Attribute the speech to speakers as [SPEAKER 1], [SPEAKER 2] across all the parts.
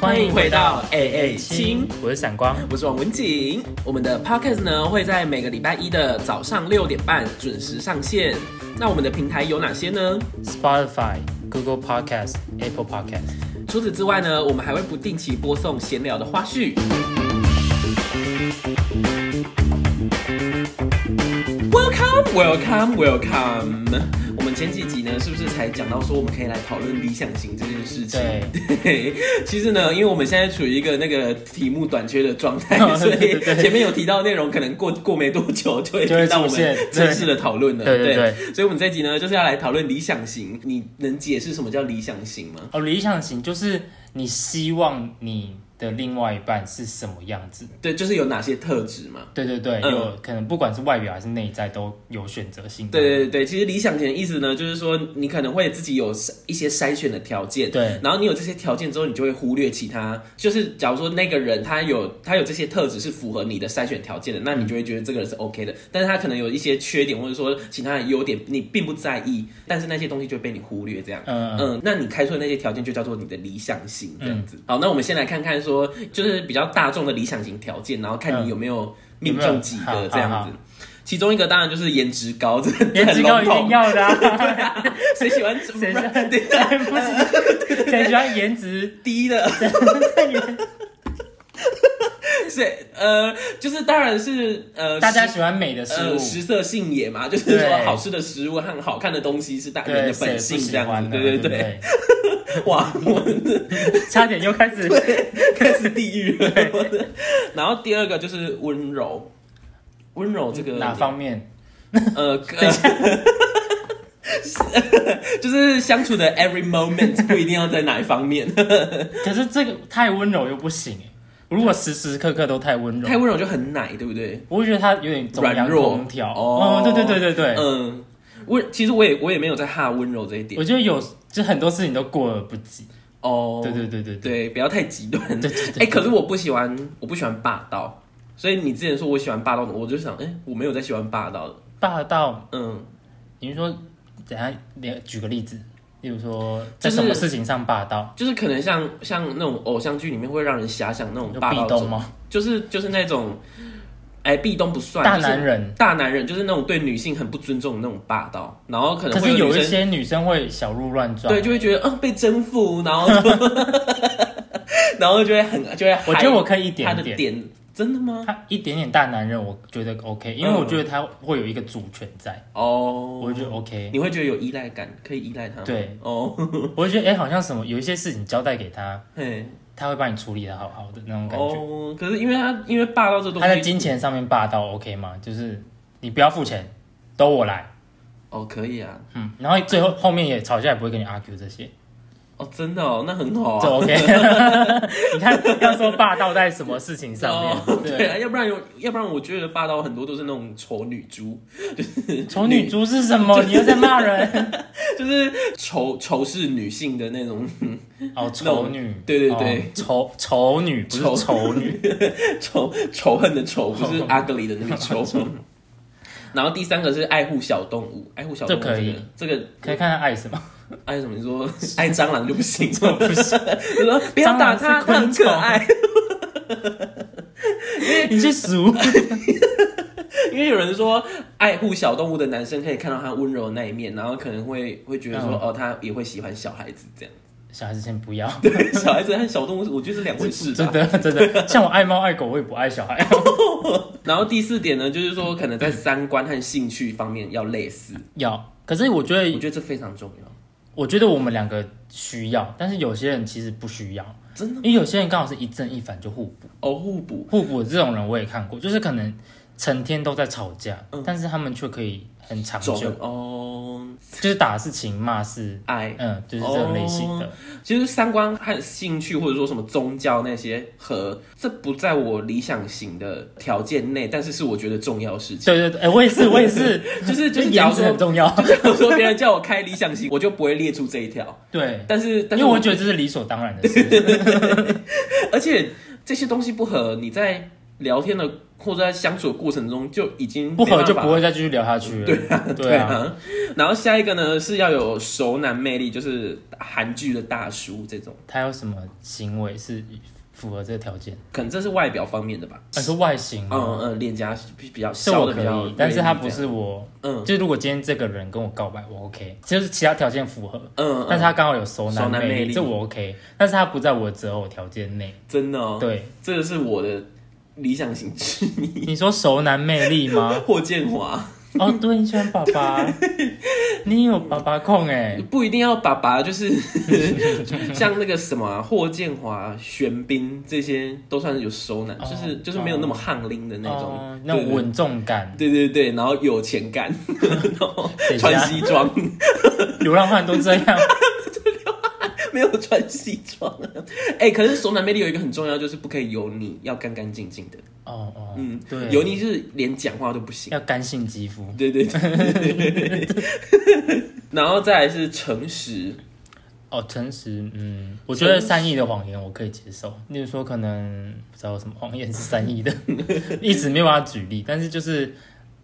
[SPEAKER 1] 欢迎回到 AA
[SPEAKER 2] 哎亲
[SPEAKER 1] 亲，，
[SPEAKER 2] 我是闪光，
[SPEAKER 1] 我是王文景。我们的 podcast 呢会在每个礼拜一的早上六点半准时上线。那我们的平台有哪些呢？
[SPEAKER 2] Spotify、Google Podcast、Apple Podcast。
[SPEAKER 1] 除此之外呢，我们还会不定期播送闲聊的花絮。Welcome, welcome, welcome。我们前几集呢，是不是才讲到说我们可以来讨论理想型这件事情？对， 其实呢，因为我们现在处于一个那个题目短缺的状态，所
[SPEAKER 2] 哦对
[SPEAKER 1] 以
[SPEAKER 2] 对对
[SPEAKER 1] 前面有提到内容，可能过过没多久就会
[SPEAKER 2] 就会
[SPEAKER 1] 听到我
[SPEAKER 2] 出现
[SPEAKER 1] 们
[SPEAKER 2] 对
[SPEAKER 1] 正式的讨论了。
[SPEAKER 2] 对对对
[SPEAKER 1] 所以我们这集呢，就是要来讨论理想型。你能解释什么叫理想型吗？
[SPEAKER 2] 哦，理想型就是你希望你的另外一半是什么样子？
[SPEAKER 1] 对，就是有哪些特质嘛？
[SPEAKER 2] 对对对，
[SPEAKER 1] 嗯
[SPEAKER 2] 有可能不管是外表还是内在都有选择性。
[SPEAKER 1] 对对对对，其实理想型的意思呢，就是说你可能会自己有一些筛选的条件，
[SPEAKER 2] 对
[SPEAKER 1] 然后你有这些条件之后，你就会忽略其他。就是假如说那个人他有他有这些特质是符合你的筛选条件的，那你就会觉得这个人是 OK 的。但是他可能有一些缺点或者说其他的优点，你并不在意，但是那些东西就被你忽略这样。
[SPEAKER 2] 嗯
[SPEAKER 1] 嗯，那你开出的那些条件就叫做你的理想型这样子。
[SPEAKER 2] 嗯
[SPEAKER 1] 好，那我们先来看看说，就是比较大众的理想型条件，然后
[SPEAKER 2] 嗯
[SPEAKER 1] 看你有没有命中几
[SPEAKER 2] 有没
[SPEAKER 1] 个
[SPEAKER 2] 有
[SPEAKER 1] 这样
[SPEAKER 2] 好好
[SPEAKER 1] 子。其中一个当然就是颜值高，这个
[SPEAKER 2] 颜值高
[SPEAKER 1] 很
[SPEAKER 2] 一
[SPEAKER 1] 笼
[SPEAKER 2] 定
[SPEAKER 1] 统
[SPEAKER 2] 要的、啊，
[SPEAKER 1] 谁喜欢
[SPEAKER 2] 谁喜欢
[SPEAKER 1] 对
[SPEAKER 2] 不是谁喜欢颜值？
[SPEAKER 1] 低的？谁呃，就是当然是呃，
[SPEAKER 2] 大家
[SPEAKER 1] 食
[SPEAKER 2] 喜欢美的事
[SPEAKER 1] 呃
[SPEAKER 2] 物，
[SPEAKER 1] 食色性也嘛，就是说
[SPEAKER 2] 对
[SPEAKER 1] 好吃的食物和好看的东西是大人
[SPEAKER 2] 对
[SPEAKER 1] 的
[SPEAKER 2] 谁
[SPEAKER 1] 本
[SPEAKER 2] 不
[SPEAKER 1] 性
[SPEAKER 2] 喜
[SPEAKER 1] 这样
[SPEAKER 2] 欢
[SPEAKER 1] 子。
[SPEAKER 2] 呢？
[SPEAKER 1] 对
[SPEAKER 2] 对
[SPEAKER 1] 对，哇，我
[SPEAKER 2] 对，差点又开 始
[SPEAKER 1] 开始地狱了。然后第二个就是温柔，温柔这个
[SPEAKER 2] 嗯哪方面？
[SPEAKER 1] 呃，呃 就是相处的 every moment 不一定要在哪一方面，
[SPEAKER 2] 可是这个太温柔又不行欸如果时时刻刻都太温柔，
[SPEAKER 1] 太温柔就很奶，对不对？
[SPEAKER 2] 我会觉得他有点中
[SPEAKER 1] 软
[SPEAKER 2] 央
[SPEAKER 1] 弱
[SPEAKER 2] 空调。
[SPEAKER 1] 哦
[SPEAKER 2] 嗯对对对对对，
[SPEAKER 1] 嗯，温，其实我也我也没有在哈温柔这一点
[SPEAKER 2] 我觉得有就很多事情都过而不及。
[SPEAKER 1] 哦。
[SPEAKER 2] 对对对对对
[SPEAKER 1] 对，不要太极端。
[SPEAKER 2] 对对对
[SPEAKER 1] 哎、可是我不喜欢，我不喜欢霸道，所以你之前说我喜欢霸道的，我就想，哎、我没有在喜欢霸道的。
[SPEAKER 2] 霸道，
[SPEAKER 1] 嗯，
[SPEAKER 2] 你是说等一下你举个例子，例如说
[SPEAKER 1] 就
[SPEAKER 2] 在
[SPEAKER 1] 是
[SPEAKER 2] 什么事情上霸道？
[SPEAKER 1] 就是可能像像那种偶像剧里面会让人遐想那种
[SPEAKER 2] 就
[SPEAKER 1] 霸
[SPEAKER 2] 壁
[SPEAKER 1] 道
[SPEAKER 2] 咚
[SPEAKER 1] 者，
[SPEAKER 2] 吗？
[SPEAKER 1] 就是就是那种，哎、壁咚不算，
[SPEAKER 2] 大
[SPEAKER 1] 就是
[SPEAKER 2] 男人。
[SPEAKER 1] 大男人就是那种对女性很不尊重的那种霸道，然后可
[SPEAKER 2] 可
[SPEAKER 1] 能会
[SPEAKER 2] 是有
[SPEAKER 1] 女
[SPEAKER 2] 一
[SPEAKER 1] 生
[SPEAKER 2] 些女生会小鹿乱撞。
[SPEAKER 1] 对就会觉得嗯、被征服，然后 就 然后就会很就会
[SPEAKER 2] 我觉得我可以一点
[SPEAKER 1] 他的
[SPEAKER 2] 点。
[SPEAKER 1] 点真的吗？
[SPEAKER 2] 他一点点大男人，我觉得 OK，因为
[SPEAKER 1] 嗯
[SPEAKER 2] 我觉得他会有一个主权在，
[SPEAKER 1] 哦，
[SPEAKER 2] 我觉得 OK。
[SPEAKER 1] 你会觉得有依赖感，可以依赖他。
[SPEAKER 2] 对，
[SPEAKER 1] 哦，
[SPEAKER 2] 我觉得哎、诶好像什么有一些事情交代给他，
[SPEAKER 1] 嘿，
[SPEAKER 2] 他会帮你处理的好好的那种感觉。
[SPEAKER 1] 哦，可是因为他因为霸道这东
[SPEAKER 2] 他在
[SPEAKER 1] 西，
[SPEAKER 2] 金钱上面霸道 OK 吗？就是你不要付钱，都我来。
[SPEAKER 1] 哦，可以啊，
[SPEAKER 2] 嗯，然后最后后面也吵架也不会跟你 argue 这些，
[SPEAKER 1] 哦，真的哦，那很好
[SPEAKER 2] 这
[SPEAKER 1] 啊。
[SPEAKER 2] OK。你看，要说霸道在什么事情上面？
[SPEAKER 1] 哦， 对
[SPEAKER 2] 对，
[SPEAKER 1] 啊，要不然有，要不然我觉得霸道很多都是那种丑女猪，
[SPEAKER 2] 丑女猪是什么？你又在骂 人？
[SPEAKER 1] 就是仇仇视女性的那种
[SPEAKER 2] 哦，丑女，
[SPEAKER 1] 对对对
[SPEAKER 2] 哦，丑丑女不
[SPEAKER 1] 丑
[SPEAKER 2] 是丑女，
[SPEAKER 1] 仇仇恨的仇，不
[SPEAKER 2] 哦
[SPEAKER 1] 是 ugly 的那个仇。然后第三个是爱护小动物，爱护小动物、
[SPEAKER 2] 这可以
[SPEAKER 1] 这个
[SPEAKER 2] 可以看看爱什么？
[SPEAKER 1] 这个爱什么？你说 爱蟑螂就不行，
[SPEAKER 2] 这种不行，
[SPEAKER 1] 你说不要打
[SPEAKER 2] 蟑螂
[SPEAKER 1] 它，它很
[SPEAKER 2] 是昆虫
[SPEAKER 1] 可爱。
[SPEAKER 2] 你是俗。
[SPEAKER 1] 因为有人说，爱护小动物的男生可以看到他温柔的那一面，然后可能会会觉得说，
[SPEAKER 2] 嗯
[SPEAKER 1] 哦，他也会喜欢小孩子这样。
[SPEAKER 2] 小孩子先不要，
[SPEAKER 1] 对，小孩子和小动物，我觉得是两回事
[SPEAKER 2] 真
[SPEAKER 1] 吧。
[SPEAKER 2] 的真的，像我爱猫爱狗，我也不爱小孩。
[SPEAKER 1] 然后第四点呢，就是说可能
[SPEAKER 2] 嗯
[SPEAKER 1] 在三观和兴趣方面要类似，
[SPEAKER 2] 要，可是我觉
[SPEAKER 1] 我
[SPEAKER 2] 得，
[SPEAKER 1] 觉得这非常重要。
[SPEAKER 2] 我觉得我们两个需要，但是有些人其实不需要，
[SPEAKER 1] 真的
[SPEAKER 2] 因为有些人刚好是一正一反就互补。
[SPEAKER 1] 哦，互补
[SPEAKER 2] 互补这种人我也看过，就是可能成天都在吵架，但是他们却可以很长
[SPEAKER 1] 嗯走
[SPEAKER 2] 久。
[SPEAKER 1] 哦，
[SPEAKER 2] 就是打是情，骂是
[SPEAKER 1] 爱，
[SPEAKER 2] 嗯，就是这种类型的。
[SPEAKER 1] 其实三观和兴趣或者说什么宗教那些和这不在我理想型的条件内，但是是我觉得重要的事情。
[SPEAKER 2] 对对对，哎、我也是，我也是，
[SPEAKER 1] 就是就是假
[SPEAKER 2] 颜
[SPEAKER 1] 如
[SPEAKER 2] 值
[SPEAKER 1] 说，
[SPEAKER 2] 很重 要。
[SPEAKER 1] 假如说别人叫我开理想型，我就不会列出这一条。
[SPEAKER 2] 对，
[SPEAKER 1] 但是，但
[SPEAKER 2] 因
[SPEAKER 1] 是
[SPEAKER 2] 为我觉得这是理所当然的 事。
[SPEAKER 1] 而且这些东西不合，你在聊天的或者在相处的过程中就已经
[SPEAKER 2] 不合就
[SPEAKER 1] 没办法
[SPEAKER 2] 不会再继续聊下去了。对啊，
[SPEAKER 1] 对啊。然后下一个呢是要有熟男魅力，就是韩剧的大叔这种，
[SPEAKER 2] 他有什么行为是符合这个条件？
[SPEAKER 1] 可能这是外表方面的吧。
[SPEAKER 2] 啊，是外形吗
[SPEAKER 1] 嗯嗯，脸颊比比较
[SPEAKER 2] 是
[SPEAKER 1] 笑
[SPEAKER 2] 我
[SPEAKER 1] 的
[SPEAKER 2] 可
[SPEAKER 1] 比较
[SPEAKER 2] 以，但是他不
[SPEAKER 1] 锐利
[SPEAKER 2] 是我。
[SPEAKER 1] 这样嗯
[SPEAKER 2] 就是如果今天这个人跟我告白，我 OK，就是其他条件符合，
[SPEAKER 1] 嗯，
[SPEAKER 2] 但是他刚好有熟
[SPEAKER 1] 熟
[SPEAKER 2] 男
[SPEAKER 1] 男魅
[SPEAKER 2] 魅
[SPEAKER 1] 力
[SPEAKER 2] 力，这我 OK，但是他不在我的择偶条件内。
[SPEAKER 1] 真的哦，
[SPEAKER 2] 对，
[SPEAKER 1] 这个是我的理想型之一，
[SPEAKER 2] 你说熟男魅力吗？
[SPEAKER 1] 霍建华。
[SPEAKER 2] 哦，对，你喜欢爸 爸，你有爸爸控哎，
[SPEAKER 1] 不一定要爸爸，就是 像那个什么、啊、霍建华、玄彬这些都算是有熟男，
[SPEAKER 2] 哦
[SPEAKER 1] 就是就是没有那么悍拎的那种，
[SPEAKER 2] 哦那种稳重感，
[SPEAKER 1] 对对对，然后有钱感，然后
[SPEAKER 2] 等一下
[SPEAKER 1] 穿西装，
[SPEAKER 2] 流浪汉都这样。
[SPEAKER 1] 没有穿西装、啊。哎、可是熟男魅力有一个很重要，就是不可以油腻，要干干净净的。
[SPEAKER 2] 哦哦，
[SPEAKER 1] 嗯，
[SPEAKER 2] 对，
[SPEAKER 1] 油腻就是连讲话都不行。
[SPEAKER 2] 要干性肌肤，
[SPEAKER 1] 对对对， 然后再来是诚实，
[SPEAKER 2] 哦，诚实，嗯，我觉得善意的谎言我可以接受。例如说，可能不知道什么谎言是善意的， 一直没有办法举例，但是就是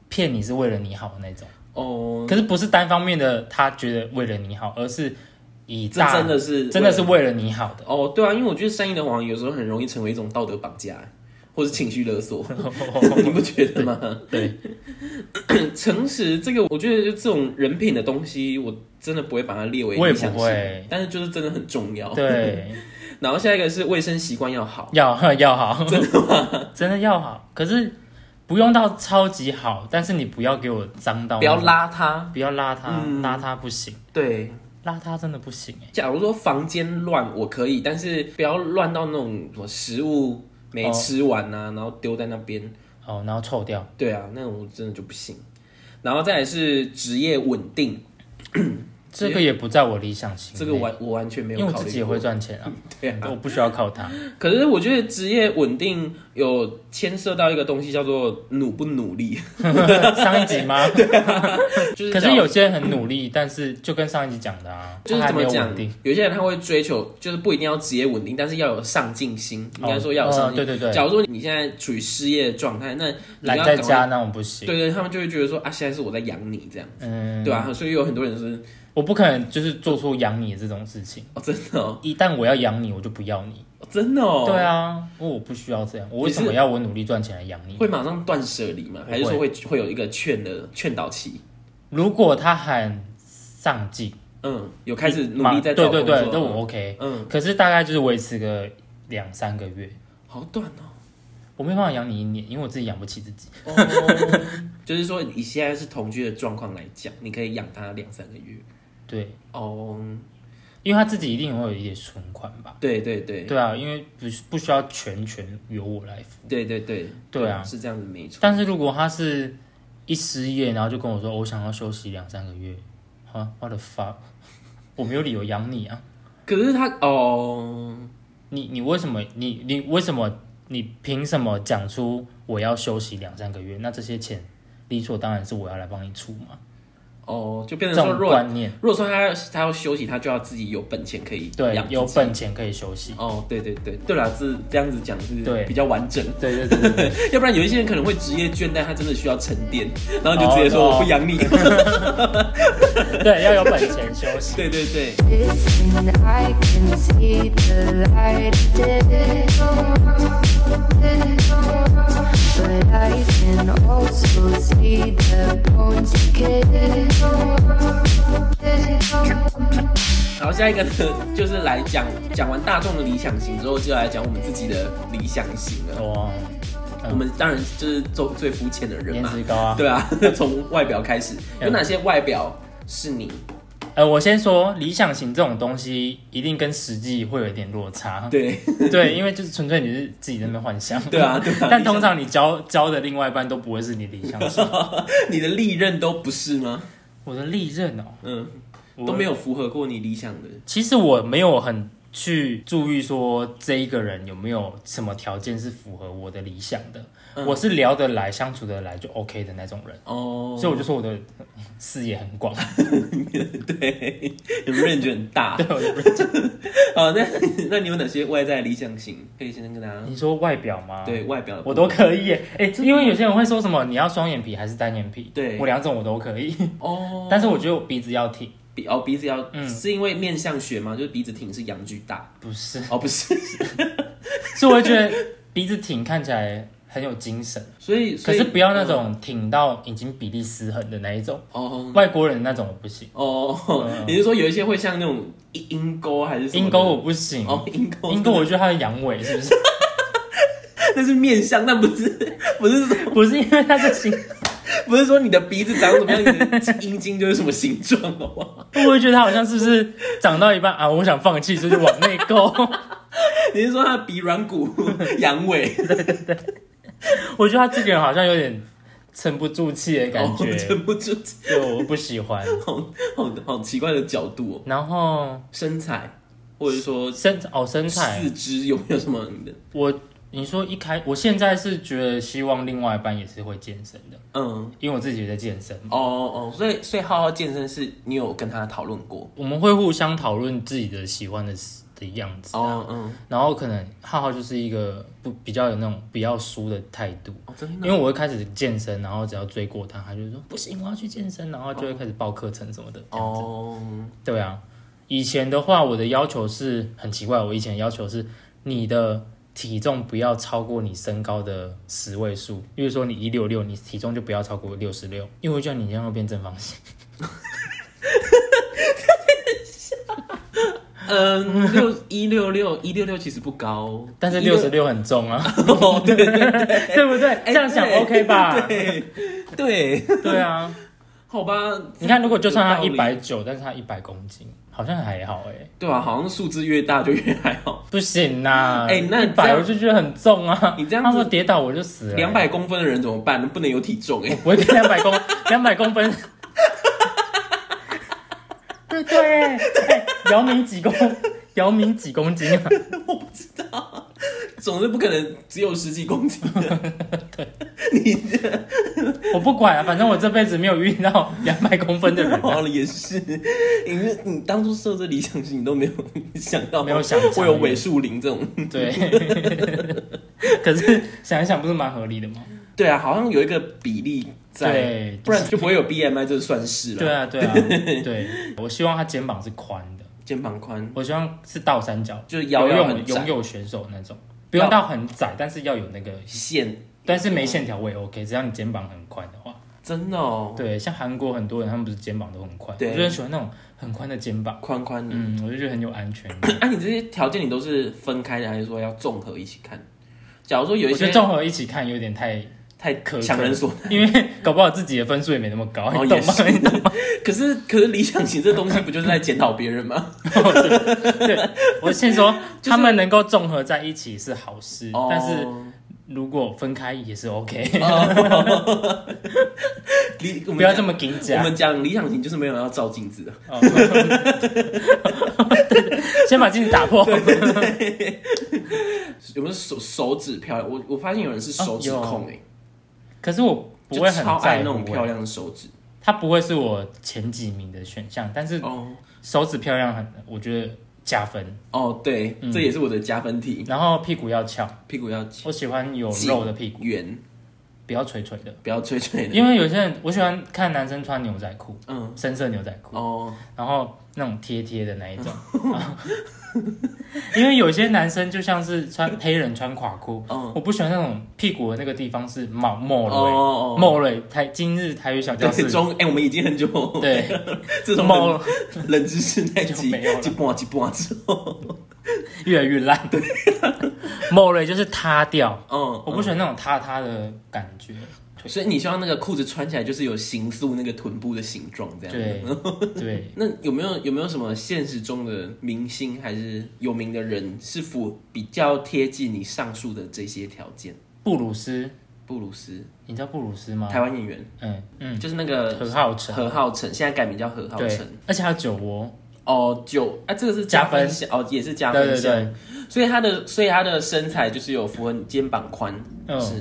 [SPEAKER 2] 骗你是为了你好的那种。
[SPEAKER 1] 哦，
[SPEAKER 2] 可是不是单方面的，他觉得为了你好，而是以
[SPEAKER 1] 这
[SPEAKER 2] 大
[SPEAKER 1] 真的是
[SPEAKER 2] 真的是为了你好的。
[SPEAKER 1] 哦，对啊，因为我觉得善意的谎言有时候很容易成为一种道德绑架，或是情绪 勒索，你不觉得吗？
[SPEAKER 2] 对，
[SPEAKER 1] 诚实这个，我觉得就这种人品的东西，我真的不会把它列为
[SPEAKER 2] 我也
[SPEAKER 1] 理想
[SPEAKER 2] 不
[SPEAKER 1] 型
[SPEAKER 2] 会
[SPEAKER 1] 但是就是真的很重要。，
[SPEAKER 2] 对，
[SPEAKER 1] 然后下一个是卫生习惯要好，
[SPEAKER 2] 要要好， 真的吗？真的要好，可是不用到超级好，但是你不要给我脏到，
[SPEAKER 1] 不要，邋遢。
[SPEAKER 2] 不要邋遢，
[SPEAKER 1] 嗯
[SPEAKER 2] 邋遢不行，
[SPEAKER 1] 对，
[SPEAKER 2] 邋遢真的不行哎。
[SPEAKER 1] 假如说房间乱，我可以，但是不要乱到那种什么食物没吃完啊，然后丢在那边。
[SPEAKER 2] 哦，然后臭掉，
[SPEAKER 1] 对啊，那种我真的就不行。然后再来是职业稳定，
[SPEAKER 2] 这个也不在我理想型内，
[SPEAKER 1] 这个完我完全没
[SPEAKER 2] 嗯因
[SPEAKER 1] 有
[SPEAKER 2] 为我
[SPEAKER 1] 考
[SPEAKER 2] 自
[SPEAKER 1] 虑
[SPEAKER 2] 己也
[SPEAKER 1] 过
[SPEAKER 2] 会赚钱啊，
[SPEAKER 1] 对啊，
[SPEAKER 2] 我不需要靠 他。
[SPEAKER 1] 可是我觉得职业稳定有牵涉到一个东西叫做努不努力，
[SPEAKER 2] 上一集吗？
[SPEAKER 1] 就是
[SPEAKER 2] 可是
[SPEAKER 1] 假如
[SPEAKER 2] 有些人很努力，但是就跟上一集讲的啊，
[SPEAKER 1] 就是
[SPEAKER 2] 他还
[SPEAKER 1] 怎
[SPEAKER 2] 没
[SPEAKER 1] 么
[SPEAKER 2] 有
[SPEAKER 1] 讲
[SPEAKER 2] 稳定。，
[SPEAKER 1] 有些人他会追求，就是不一定要职业稳定，但是要有上进心，应该说要有
[SPEAKER 2] 哦，
[SPEAKER 1] 上进。
[SPEAKER 2] 对对对，
[SPEAKER 1] 假如说你现在处于失业的状态，那你要
[SPEAKER 2] 懒在
[SPEAKER 1] 赶快，
[SPEAKER 2] 家那种不
[SPEAKER 1] 对
[SPEAKER 2] 行。
[SPEAKER 1] 对，他们就会觉得说啊，现在是我在养你这样，
[SPEAKER 2] 嗯，
[SPEAKER 1] 对，啊，所以有很多人是
[SPEAKER 2] 我不可能就是做出养你的这种事情。
[SPEAKER 1] 哦，真的哦，
[SPEAKER 2] 一旦我要养你，我就不要你。
[SPEAKER 1] 哦真的哦，
[SPEAKER 2] 对，啊，因为我不需要这样，我为什么要我努力赚钱来养你？
[SPEAKER 1] 会马上断舍离吗？
[SPEAKER 2] 不会
[SPEAKER 1] 还是说会会有一个劝的劝导期？
[SPEAKER 2] 如果他很上进，
[SPEAKER 1] 嗯，有开始努
[SPEAKER 2] 马
[SPEAKER 1] 力在
[SPEAKER 2] 对
[SPEAKER 1] 找工
[SPEAKER 2] 对
[SPEAKER 1] 作
[SPEAKER 2] 对，那
[SPEAKER 1] 嗯
[SPEAKER 2] 我 OK。
[SPEAKER 1] 嗯，
[SPEAKER 2] 可是大概就是维持个两三个月，
[SPEAKER 1] 好短哦。
[SPEAKER 2] 我没办法养你一年，因为我自己养不起自己。
[SPEAKER 1] 哦，就是说以现在是同居的状况来讲，你可以养它两三个月。
[SPEAKER 2] 对，
[SPEAKER 1] 哦，
[SPEAKER 2] 因为他自己一定会有一点存款吧？
[SPEAKER 1] 对对对，
[SPEAKER 2] 对啊，因为不是不需要全权由我来付。
[SPEAKER 1] 对对对，
[SPEAKER 2] 对啊，
[SPEAKER 1] 是这样子没错。
[SPEAKER 2] 但是如果他是一失业，然后就跟我说我想要休息两三个月，啊，what the fuck，我没有理由养你啊！
[SPEAKER 1] 可是他哦，
[SPEAKER 2] 你你为什么你你为什么你凭什么讲出我要休息两三个月？那这些钱理所当然是我要来帮你出嘛，
[SPEAKER 1] 哦，就变
[SPEAKER 2] 这
[SPEAKER 1] 成说，
[SPEAKER 2] 种
[SPEAKER 1] 如果
[SPEAKER 2] 观念，
[SPEAKER 1] 如果说他他要休息，他就要自己有本钱可以
[SPEAKER 2] 对
[SPEAKER 1] 养，自己
[SPEAKER 2] 有。本钱可以休息。
[SPEAKER 1] 哦，对对对，对啦，是这样子讲是
[SPEAKER 2] 对
[SPEAKER 1] 比较完整，
[SPEAKER 2] 对对对对对，
[SPEAKER 1] 要不然有一些人可能会职业倦怠，他真的需要沉淀，然后就直接说
[SPEAKER 2] 哦
[SPEAKER 1] 我 不养你。
[SPEAKER 2] 对，要有本钱休息。
[SPEAKER 1] 对对对，
[SPEAKER 3] And I can see the light of day. But I can also see the bones decay.
[SPEAKER 1] 然后下一个呢，就是来讲讲完大众的理想型之后，就来讲我们自己的理想型了。
[SPEAKER 2] 哇，
[SPEAKER 1] 我们当然就是做最肤浅的人
[SPEAKER 2] 哦颜
[SPEAKER 1] 嘛，
[SPEAKER 2] 值嗯高啊！
[SPEAKER 1] 对啊， 从外表开始，有哪些外表是你？
[SPEAKER 2] 呃，我先说理想型这种东西，一定跟实际会有一点落差。
[SPEAKER 1] 对
[SPEAKER 2] 对，因为就是纯粹你是自己在那边幻想。
[SPEAKER 1] 对啊对啊
[SPEAKER 2] 但通 常你交交的另外一半都不会是你理想型。
[SPEAKER 1] 你的历任都不是吗？
[SPEAKER 2] 我的历任哦，
[SPEAKER 1] 嗯，
[SPEAKER 2] 我
[SPEAKER 1] 都没有符合过你理想的，
[SPEAKER 2] 其实我没有很去注意说这一个人有没有什么条件是符合我的理想的，
[SPEAKER 1] 嗯
[SPEAKER 2] 我是聊得来、相处得来就 OK 的那种人，
[SPEAKER 1] 哦，
[SPEAKER 2] 所以我就说我的呃视野很广，
[SPEAKER 1] 对，你们 range 很大。
[SPEAKER 2] 对我的
[SPEAKER 1] 好，那那你有哪些外在理想型？可以先跟大家
[SPEAKER 2] 你说外表吗？
[SPEAKER 1] 对外表的部
[SPEAKER 2] 我
[SPEAKER 1] 分，
[SPEAKER 2] 都可以耶，哎、因为有些人会说什么你要双眼皮还是单眼皮？
[SPEAKER 1] 对
[SPEAKER 2] 我两种我都可以，
[SPEAKER 1] 哦，
[SPEAKER 2] 但是我觉得我鼻子要挺，
[SPEAKER 1] 鼻哦鼻子要、
[SPEAKER 2] 嗯
[SPEAKER 1] 是因为面相学嘛，就是鼻子挺是阳具大
[SPEAKER 2] 不是，
[SPEAKER 1] 哦，不是，
[SPEAKER 2] 所以我会觉得鼻子挺看起来很有精神，
[SPEAKER 1] 所以
[SPEAKER 2] 可
[SPEAKER 1] 所以嗯
[SPEAKER 2] 是不要那种挺到已经比例失衡的那一种，
[SPEAKER 1] 哦
[SPEAKER 2] 外国人那种我不行，
[SPEAKER 1] 哦，你是说有一些会像那种阴阴沟还是什么的
[SPEAKER 2] 鹰钩我不行，
[SPEAKER 1] 哦阴沟
[SPEAKER 2] 鹰钩我觉得他的阳痿是不 是？
[SPEAKER 1] 那是面相，但不是 不是说
[SPEAKER 2] 不是因为他的形，
[SPEAKER 1] 不是说你的鼻子长什么样，你的阴茎就是什么形状，好不 好？
[SPEAKER 2] 我会觉得他好像是不是长到一半啊，我想放弃，所以就往内勾，
[SPEAKER 1] 你是说他的鼻软骨阳痿？
[SPEAKER 2] 我觉得他这个人好像有点沉不住气的感
[SPEAKER 1] 哦
[SPEAKER 2] 觉，
[SPEAKER 1] 撑不住，
[SPEAKER 2] 对，我不喜欢。
[SPEAKER 1] 好好好奇怪的角度哦，
[SPEAKER 2] 然后
[SPEAKER 1] 身材或者说
[SPEAKER 2] 身哦身材
[SPEAKER 1] 四，肢有没有什么你的？
[SPEAKER 2] 我你说一开，我现在是觉得希望另外一半也是会健身的，
[SPEAKER 1] 嗯，
[SPEAKER 2] 因为我自己也在健身嘛。
[SPEAKER 1] 哦哦，所以所以浩浩健身是你有跟他讨论过？
[SPEAKER 2] 我们会互相讨论自己的喜欢的的样子、
[SPEAKER 1] 哦嗯，
[SPEAKER 2] 然后可能浩浩就是一个不比较有那种不要输的态度，
[SPEAKER 1] 哦真
[SPEAKER 2] 因
[SPEAKER 1] 的
[SPEAKER 2] 为我会开始健身，然后只要追过他，他就说不行，我要去健身，然后就会开始报课程什么的。哦，
[SPEAKER 1] 哦，
[SPEAKER 2] 对啊，以前的话我的要求是很奇怪，我以前的要求是你的体重不要超过你身高的十位数，比如说你一六六，你体重就不要超过六十六，因为我觉得你这样会变正方 形。
[SPEAKER 1] 嗯，六一六六一六六其实不高，
[SPEAKER 2] 但是
[SPEAKER 1] 166
[SPEAKER 2] 六十六很重 啊，
[SPEAKER 1] 哦对对对
[SPEAKER 2] 对不对？ 这样想 OK 吧？
[SPEAKER 1] 哎对对，
[SPEAKER 2] 对啊，
[SPEAKER 1] 好吧，
[SPEAKER 2] 你看，如果就算他一
[SPEAKER 1] 有道理
[SPEAKER 2] 百九，但是他一百公斤，好像还好哎、
[SPEAKER 1] 对啊，好像数字越大就越还好。
[SPEAKER 2] 不行呐、
[SPEAKER 1] 哎
[SPEAKER 2] 一
[SPEAKER 1] 那你这
[SPEAKER 2] 百
[SPEAKER 1] 样
[SPEAKER 2] 我就觉得很重啊。
[SPEAKER 1] 你这样子
[SPEAKER 2] 他说跌倒我就死了、哎
[SPEAKER 1] 两百，公分的人怎么办？不能有体重哎、
[SPEAKER 2] 我会变两百公， 两百公分。对对，哎、姚明几公，姚明几公斤啊？
[SPEAKER 1] 总之不可能只有十几公斤的。你这
[SPEAKER 2] 我不管啊，反正我这辈子没有遇到两百公分的人、
[SPEAKER 1] 好
[SPEAKER 2] 啊。
[SPEAKER 1] 哦了也是，你这你当初设这理想型，你都没有想到，
[SPEAKER 2] 没有想
[SPEAKER 1] 会有尾数零这种。
[SPEAKER 2] 对， 可是想一想，不是蛮合理的吗？
[SPEAKER 1] 对啊，好像有一个比例在
[SPEAKER 2] 对，
[SPEAKER 1] 不然就不会有 BMI 这算式了。
[SPEAKER 2] 对，啊， 对啊，对，我希望他肩膀是宽的，
[SPEAKER 1] 肩膀宽，
[SPEAKER 2] 我希望是倒三角，
[SPEAKER 1] 就是
[SPEAKER 2] 游
[SPEAKER 1] 腰要
[SPEAKER 2] 泳
[SPEAKER 1] 很窄
[SPEAKER 2] 游泳选手那种，不用到很窄，但是要有那个，
[SPEAKER 1] 线
[SPEAKER 2] 但是没线条我也 OK，只要你肩膀很宽的话。
[SPEAKER 1] 真的哦，
[SPEAKER 2] 对，像韩国很多人他们不是肩膀都很宽，我
[SPEAKER 1] 对
[SPEAKER 2] 就很喜欢那种很宽的肩膀，
[SPEAKER 1] 宽宽 的。
[SPEAKER 2] 嗯，我就觉得很有安全感。
[SPEAKER 1] 哎、你这些条件你都是分开的，还是说要综合一起看？假如说 有一
[SPEAKER 2] 我觉
[SPEAKER 1] 些
[SPEAKER 2] 得综合一起看有点太，
[SPEAKER 1] 太
[SPEAKER 2] 可
[SPEAKER 1] 强人所
[SPEAKER 2] 因为搞不好自己的分数也没那么高，
[SPEAKER 1] 哦
[SPEAKER 2] 你 懂
[SPEAKER 1] 也
[SPEAKER 2] 吗？
[SPEAKER 1] 是
[SPEAKER 2] 你懂吗？
[SPEAKER 1] 可是，可是理想型这东西不就是在检讨别人吗？
[SPEAKER 2] 我先 说，
[SPEAKER 1] 是
[SPEAKER 2] 他们能够综合在一起是好事，
[SPEAKER 1] 哦
[SPEAKER 2] 但是如果分开也是 OK。
[SPEAKER 1] 哦 理我们
[SPEAKER 2] 不要
[SPEAKER 1] 讲
[SPEAKER 2] 这么紧
[SPEAKER 1] 我
[SPEAKER 2] 张。
[SPEAKER 1] 们讲理想型就是没有人要照镜子的，
[SPEAKER 2] 哦先把镜子打破。
[SPEAKER 1] 有没有手手指漂亮？我我发现有人是手指控哎、
[SPEAKER 2] 可是我哦不
[SPEAKER 1] 就
[SPEAKER 2] 会很
[SPEAKER 1] 超爱
[SPEAKER 2] 在
[SPEAKER 1] 那种
[SPEAKER 2] 乎
[SPEAKER 1] 漂
[SPEAKER 2] 欸，
[SPEAKER 1] 亮的手指。
[SPEAKER 2] 它不会是我前几名的选项，但是
[SPEAKER 1] 哦
[SPEAKER 2] 手指漂亮很，我觉得加分。
[SPEAKER 1] 哦，对，
[SPEAKER 2] 嗯
[SPEAKER 1] 这也是我的加分题，
[SPEAKER 2] 然后屁股要翘，
[SPEAKER 1] 屁股要紧
[SPEAKER 2] 我喜欢有肉的屁股，
[SPEAKER 1] 圆，
[SPEAKER 2] 不要垂垂的。
[SPEAKER 1] 不要脆脆的。
[SPEAKER 2] 因为有些人，我喜欢看男生穿牛仔裤，
[SPEAKER 1] 嗯
[SPEAKER 2] 深色牛仔裤，
[SPEAKER 1] 哦
[SPEAKER 2] 然后那种贴贴的那一种。 因为有些男生就像是穿黑人穿垮裤，
[SPEAKER 1] 哦
[SPEAKER 2] 我不喜欢那种屁股的那个地方是冒冒
[SPEAKER 1] 哦
[SPEAKER 2] 了欸
[SPEAKER 1] 哦，
[SPEAKER 2] 某蕊台今日台语小教室
[SPEAKER 1] 对，中哎、我们已经很 久
[SPEAKER 2] 对
[SPEAKER 1] 这种
[SPEAKER 2] 某
[SPEAKER 1] 冷冷知识那
[SPEAKER 2] 就
[SPEAKER 1] 集
[SPEAKER 2] 没有了
[SPEAKER 1] 一半一半 之后，
[SPEAKER 2] 越来越烂， 某蕊就是塌掉，
[SPEAKER 1] 嗯，
[SPEAKER 2] 我不喜欢那种塌塌的感觉。
[SPEAKER 1] 所以你希望那个裤子穿起来就是有形塑那个臀部的形状这样。
[SPEAKER 2] 对对，
[SPEAKER 1] 那有没有有没有什么现实中的明星还是有名的人是符比较贴近你上述的这些条件？
[SPEAKER 2] 布鲁斯
[SPEAKER 1] 布鲁斯，
[SPEAKER 2] 你知道布鲁斯吗？
[SPEAKER 1] 台湾演员，
[SPEAKER 2] 嗯嗯，
[SPEAKER 1] 就是那个
[SPEAKER 2] 何浩晨，
[SPEAKER 1] 何浩晨，现在改名叫何浩
[SPEAKER 2] 对
[SPEAKER 1] 晨。，
[SPEAKER 2] 而且还有酒窝，
[SPEAKER 1] 哦，九啊，这个是加
[SPEAKER 2] 加分
[SPEAKER 1] 分项哦，也是加
[SPEAKER 2] 对
[SPEAKER 1] 分
[SPEAKER 2] 对
[SPEAKER 1] 项。
[SPEAKER 2] 对，
[SPEAKER 1] 所以他的所以他的身材就是有符合你肩膀宽，
[SPEAKER 2] 嗯
[SPEAKER 1] 是，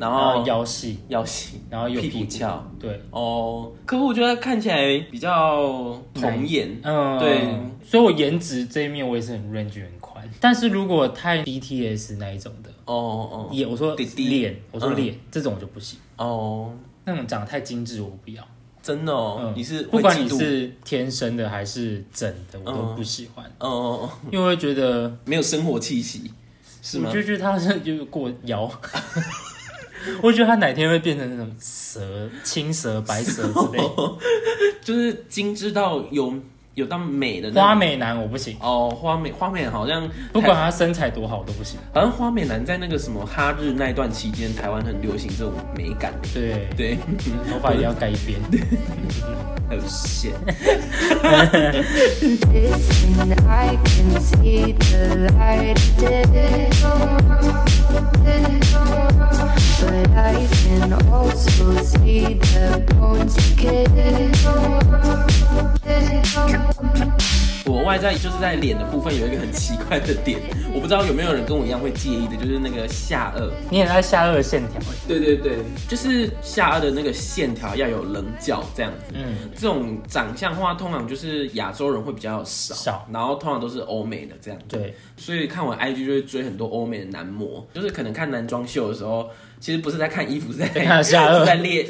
[SPEAKER 1] 然
[SPEAKER 2] 然后
[SPEAKER 1] 后
[SPEAKER 2] 腰细，
[SPEAKER 1] 腰细，
[SPEAKER 2] 然后有
[SPEAKER 1] 屁
[SPEAKER 2] 股
[SPEAKER 1] 翘。
[SPEAKER 2] 对，
[SPEAKER 1] 哦，可我觉得他看起来比较童颜，
[SPEAKER 2] 嗯，
[SPEAKER 1] 对，
[SPEAKER 2] 所以我颜值这一面我也是很 range 很宽，但是如果太 BTS 那一种的，
[SPEAKER 1] 哦哦
[SPEAKER 2] 也我说
[SPEAKER 1] 弟弟
[SPEAKER 2] 脸，我说
[SPEAKER 1] 嗯
[SPEAKER 2] 脸这种我就不行，
[SPEAKER 1] 哦，
[SPEAKER 2] 那种长得太精致我不要。
[SPEAKER 1] 真的哦
[SPEAKER 2] 嗯，，
[SPEAKER 1] 你是
[SPEAKER 2] 不
[SPEAKER 1] 会
[SPEAKER 2] 管你
[SPEAKER 1] 嫉妒，
[SPEAKER 2] 是天生的还是整的，我都
[SPEAKER 1] 嗯
[SPEAKER 2] 不喜欢，
[SPEAKER 1] 哦哦哦，
[SPEAKER 2] 因为我会觉得
[SPEAKER 1] 没有生活气息， 是吗
[SPEAKER 2] 我？就觉得他是就是过腰， 我觉得他哪天会变成那种蛇、青蛇、白蛇之 类
[SPEAKER 1] 哦
[SPEAKER 2] 的。
[SPEAKER 1] 就是精致到有有到美的那种
[SPEAKER 2] 花美男我不行，
[SPEAKER 1] 哦，花美花美好像
[SPEAKER 2] 不管他身材多好我都不行。
[SPEAKER 1] 好像花美男在那个什么哈日那一段期间，台湾很流行这种美感，
[SPEAKER 2] 对，
[SPEAKER 1] 对，
[SPEAKER 2] 头发也要盖一边。
[SPEAKER 1] 还有线。
[SPEAKER 3] Listen, I can see the light of day. But I can also see the bones decay.
[SPEAKER 1] 我外在就是在脸的部分有一个很奇怪的点， 我不知道有没有人跟我一样会介意的，就是那个下颚。
[SPEAKER 2] 你很爱下颚的线条欸，
[SPEAKER 1] 对对对，就是下颚的那个线条要有棱角这样子。
[SPEAKER 2] 嗯，
[SPEAKER 1] 这种长相的话，通常就是亚洲人会比较少，
[SPEAKER 2] 少
[SPEAKER 1] 然后通常都是欧美的这样。
[SPEAKER 2] 对，
[SPEAKER 1] 所以看我 IG 就会追很多欧美的男模，就是可能看男装秀的时候，其实不是在看衣服，是在
[SPEAKER 2] 看他的下颚
[SPEAKER 1] 是在猎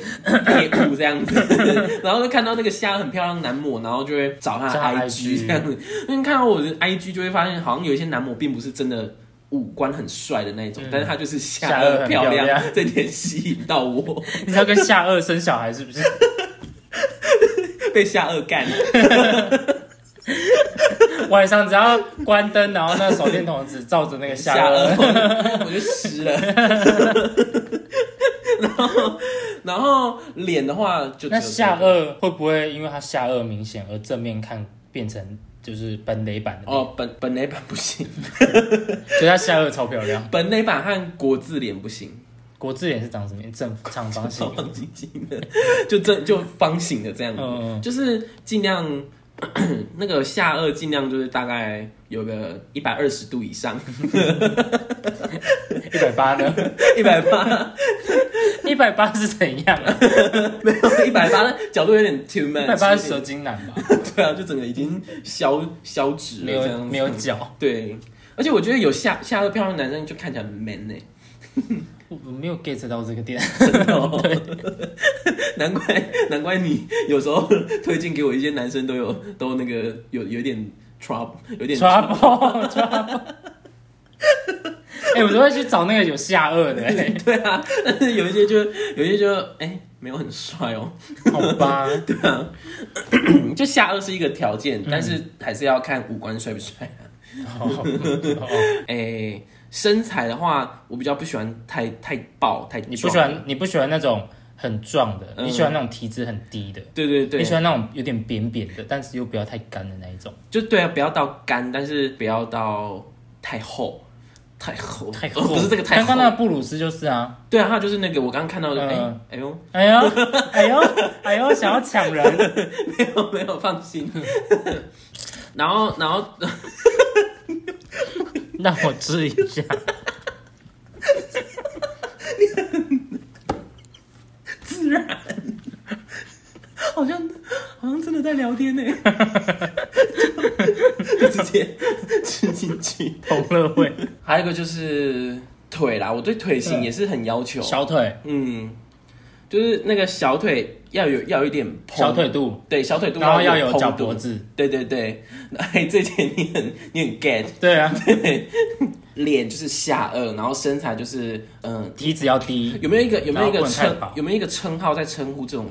[SPEAKER 1] 猎物 这样子，然后就看到那个下颚很漂亮的男模，然后就会找他的
[SPEAKER 2] 找他
[SPEAKER 1] IG
[SPEAKER 2] IG
[SPEAKER 1] 这样子。因为看到我的 IG 就会发现，好像有一些男模并不是真的。五官很帅的那一种，但是他就是
[SPEAKER 2] 嗯
[SPEAKER 1] 下
[SPEAKER 2] 下颚
[SPEAKER 1] 颚
[SPEAKER 2] 很
[SPEAKER 1] 漂
[SPEAKER 2] 漂亮
[SPEAKER 1] 这点吸引 到我，
[SPEAKER 2] 你是要跟下颚生小孩是 不是？
[SPEAKER 1] 被下颚干。
[SPEAKER 2] 晚上只要关灯，然后那手电筒只照着那个下
[SPEAKER 1] 下
[SPEAKER 2] 颚
[SPEAKER 1] 颚，， 我就湿了。 然后，然后脸的话就只
[SPEAKER 2] 那
[SPEAKER 1] 有
[SPEAKER 2] 下颚会不会因为它下颚明显而正面看变成就是本垒版的那种？
[SPEAKER 1] 哦，本本垒版不行，
[SPEAKER 2] 所以它下颚超漂亮。
[SPEAKER 1] 本垒版和国字脸不行，
[SPEAKER 2] 国字脸是长什么样？正长方形
[SPEAKER 1] 超。 方形的，就这就方形的这样子，
[SPEAKER 2] 嗯嗯
[SPEAKER 1] 就是尽量 那个下颚尽量就是大概有个一百二十度 以上，
[SPEAKER 2] 一百八呢？
[SPEAKER 1] 一百八
[SPEAKER 2] 一百八是怎样啊？
[SPEAKER 1] 没有一百八角度有点 too
[SPEAKER 2] 一
[SPEAKER 1] much，
[SPEAKER 2] 百八是蛇精男吧？
[SPEAKER 1] 对啊，就整个已经消消脂
[SPEAKER 2] 没
[SPEAKER 1] 了这样
[SPEAKER 2] 有
[SPEAKER 1] 子，
[SPEAKER 2] 没有脚，
[SPEAKER 1] 对，而且我觉得有下下颚漂亮的男生就看起来很 man 呢、
[SPEAKER 2] 我我没有 get 到这个点。
[SPEAKER 1] 真的 哦，难怪难怪你有时候推荐给我一些男生都有都那个有有点 trouble，有点
[SPEAKER 2] 抓包抓包。哎，我都会去找那个有下颚 的、欸，
[SPEAKER 1] 对啊，但 是有一些就有一些就哎、没有很帅哦，
[SPEAKER 2] 好吧？
[SPEAKER 1] 对啊，就下颚是一个条件，
[SPEAKER 2] 嗯
[SPEAKER 1] 但是还是要看五官帅不帅 啊。
[SPEAKER 2] 哦哦
[SPEAKER 1] 哎、身材的话，我比较不喜欢太太爆太
[SPEAKER 2] 你不
[SPEAKER 1] 壮
[SPEAKER 2] 喜欢你不喜欢那种很壮的，
[SPEAKER 1] 嗯
[SPEAKER 2] 你喜欢那种体脂很低的，
[SPEAKER 1] 对对对
[SPEAKER 2] 你喜，欢那种有点扁扁的，但是又不要太干的那一种。
[SPEAKER 1] 就对啊，不要到干，但是不要到太厚，太厚，
[SPEAKER 2] 太
[SPEAKER 1] 呃
[SPEAKER 2] 厚，
[SPEAKER 1] 不是这个太
[SPEAKER 2] 刚
[SPEAKER 1] 厚
[SPEAKER 2] 刚。那个布鲁斯就是啊，
[SPEAKER 1] 对啊，他就是那个我刚刚看到的，哎、
[SPEAKER 2] 嗯
[SPEAKER 1] 哎呦，
[SPEAKER 2] 哎呦哎呦哎呦，想要抢人。
[SPEAKER 1] 没有没有放心。然后然后
[SPEAKER 2] 让我吃一下。
[SPEAKER 1] 自然，好像好像真的在聊天呢， 就直接 吃进去。
[SPEAKER 2] 同乐会，
[SPEAKER 1] 还有一个就是腿啦，我对腿型也是很要求，
[SPEAKER 2] 小腿，
[SPEAKER 1] 嗯，就是那个小腿要有要有一点蓬
[SPEAKER 2] 小腿，肚，
[SPEAKER 1] 对小腿肚，
[SPEAKER 2] 然后要有
[SPEAKER 1] 蓬
[SPEAKER 2] 脚
[SPEAKER 1] 度
[SPEAKER 2] 脖子。
[SPEAKER 1] 对对对，哎，这点你很你很 get，
[SPEAKER 2] 对啊，
[SPEAKER 1] 脸就是下颚，然后身材就是嗯，
[SPEAKER 2] 体脂要低，
[SPEAKER 1] 有没有一个有没有一
[SPEAKER 2] 嗯然后
[SPEAKER 1] 个
[SPEAKER 2] 不能太
[SPEAKER 1] 称
[SPEAKER 2] 薄
[SPEAKER 1] 有没有一个称号在称呼这种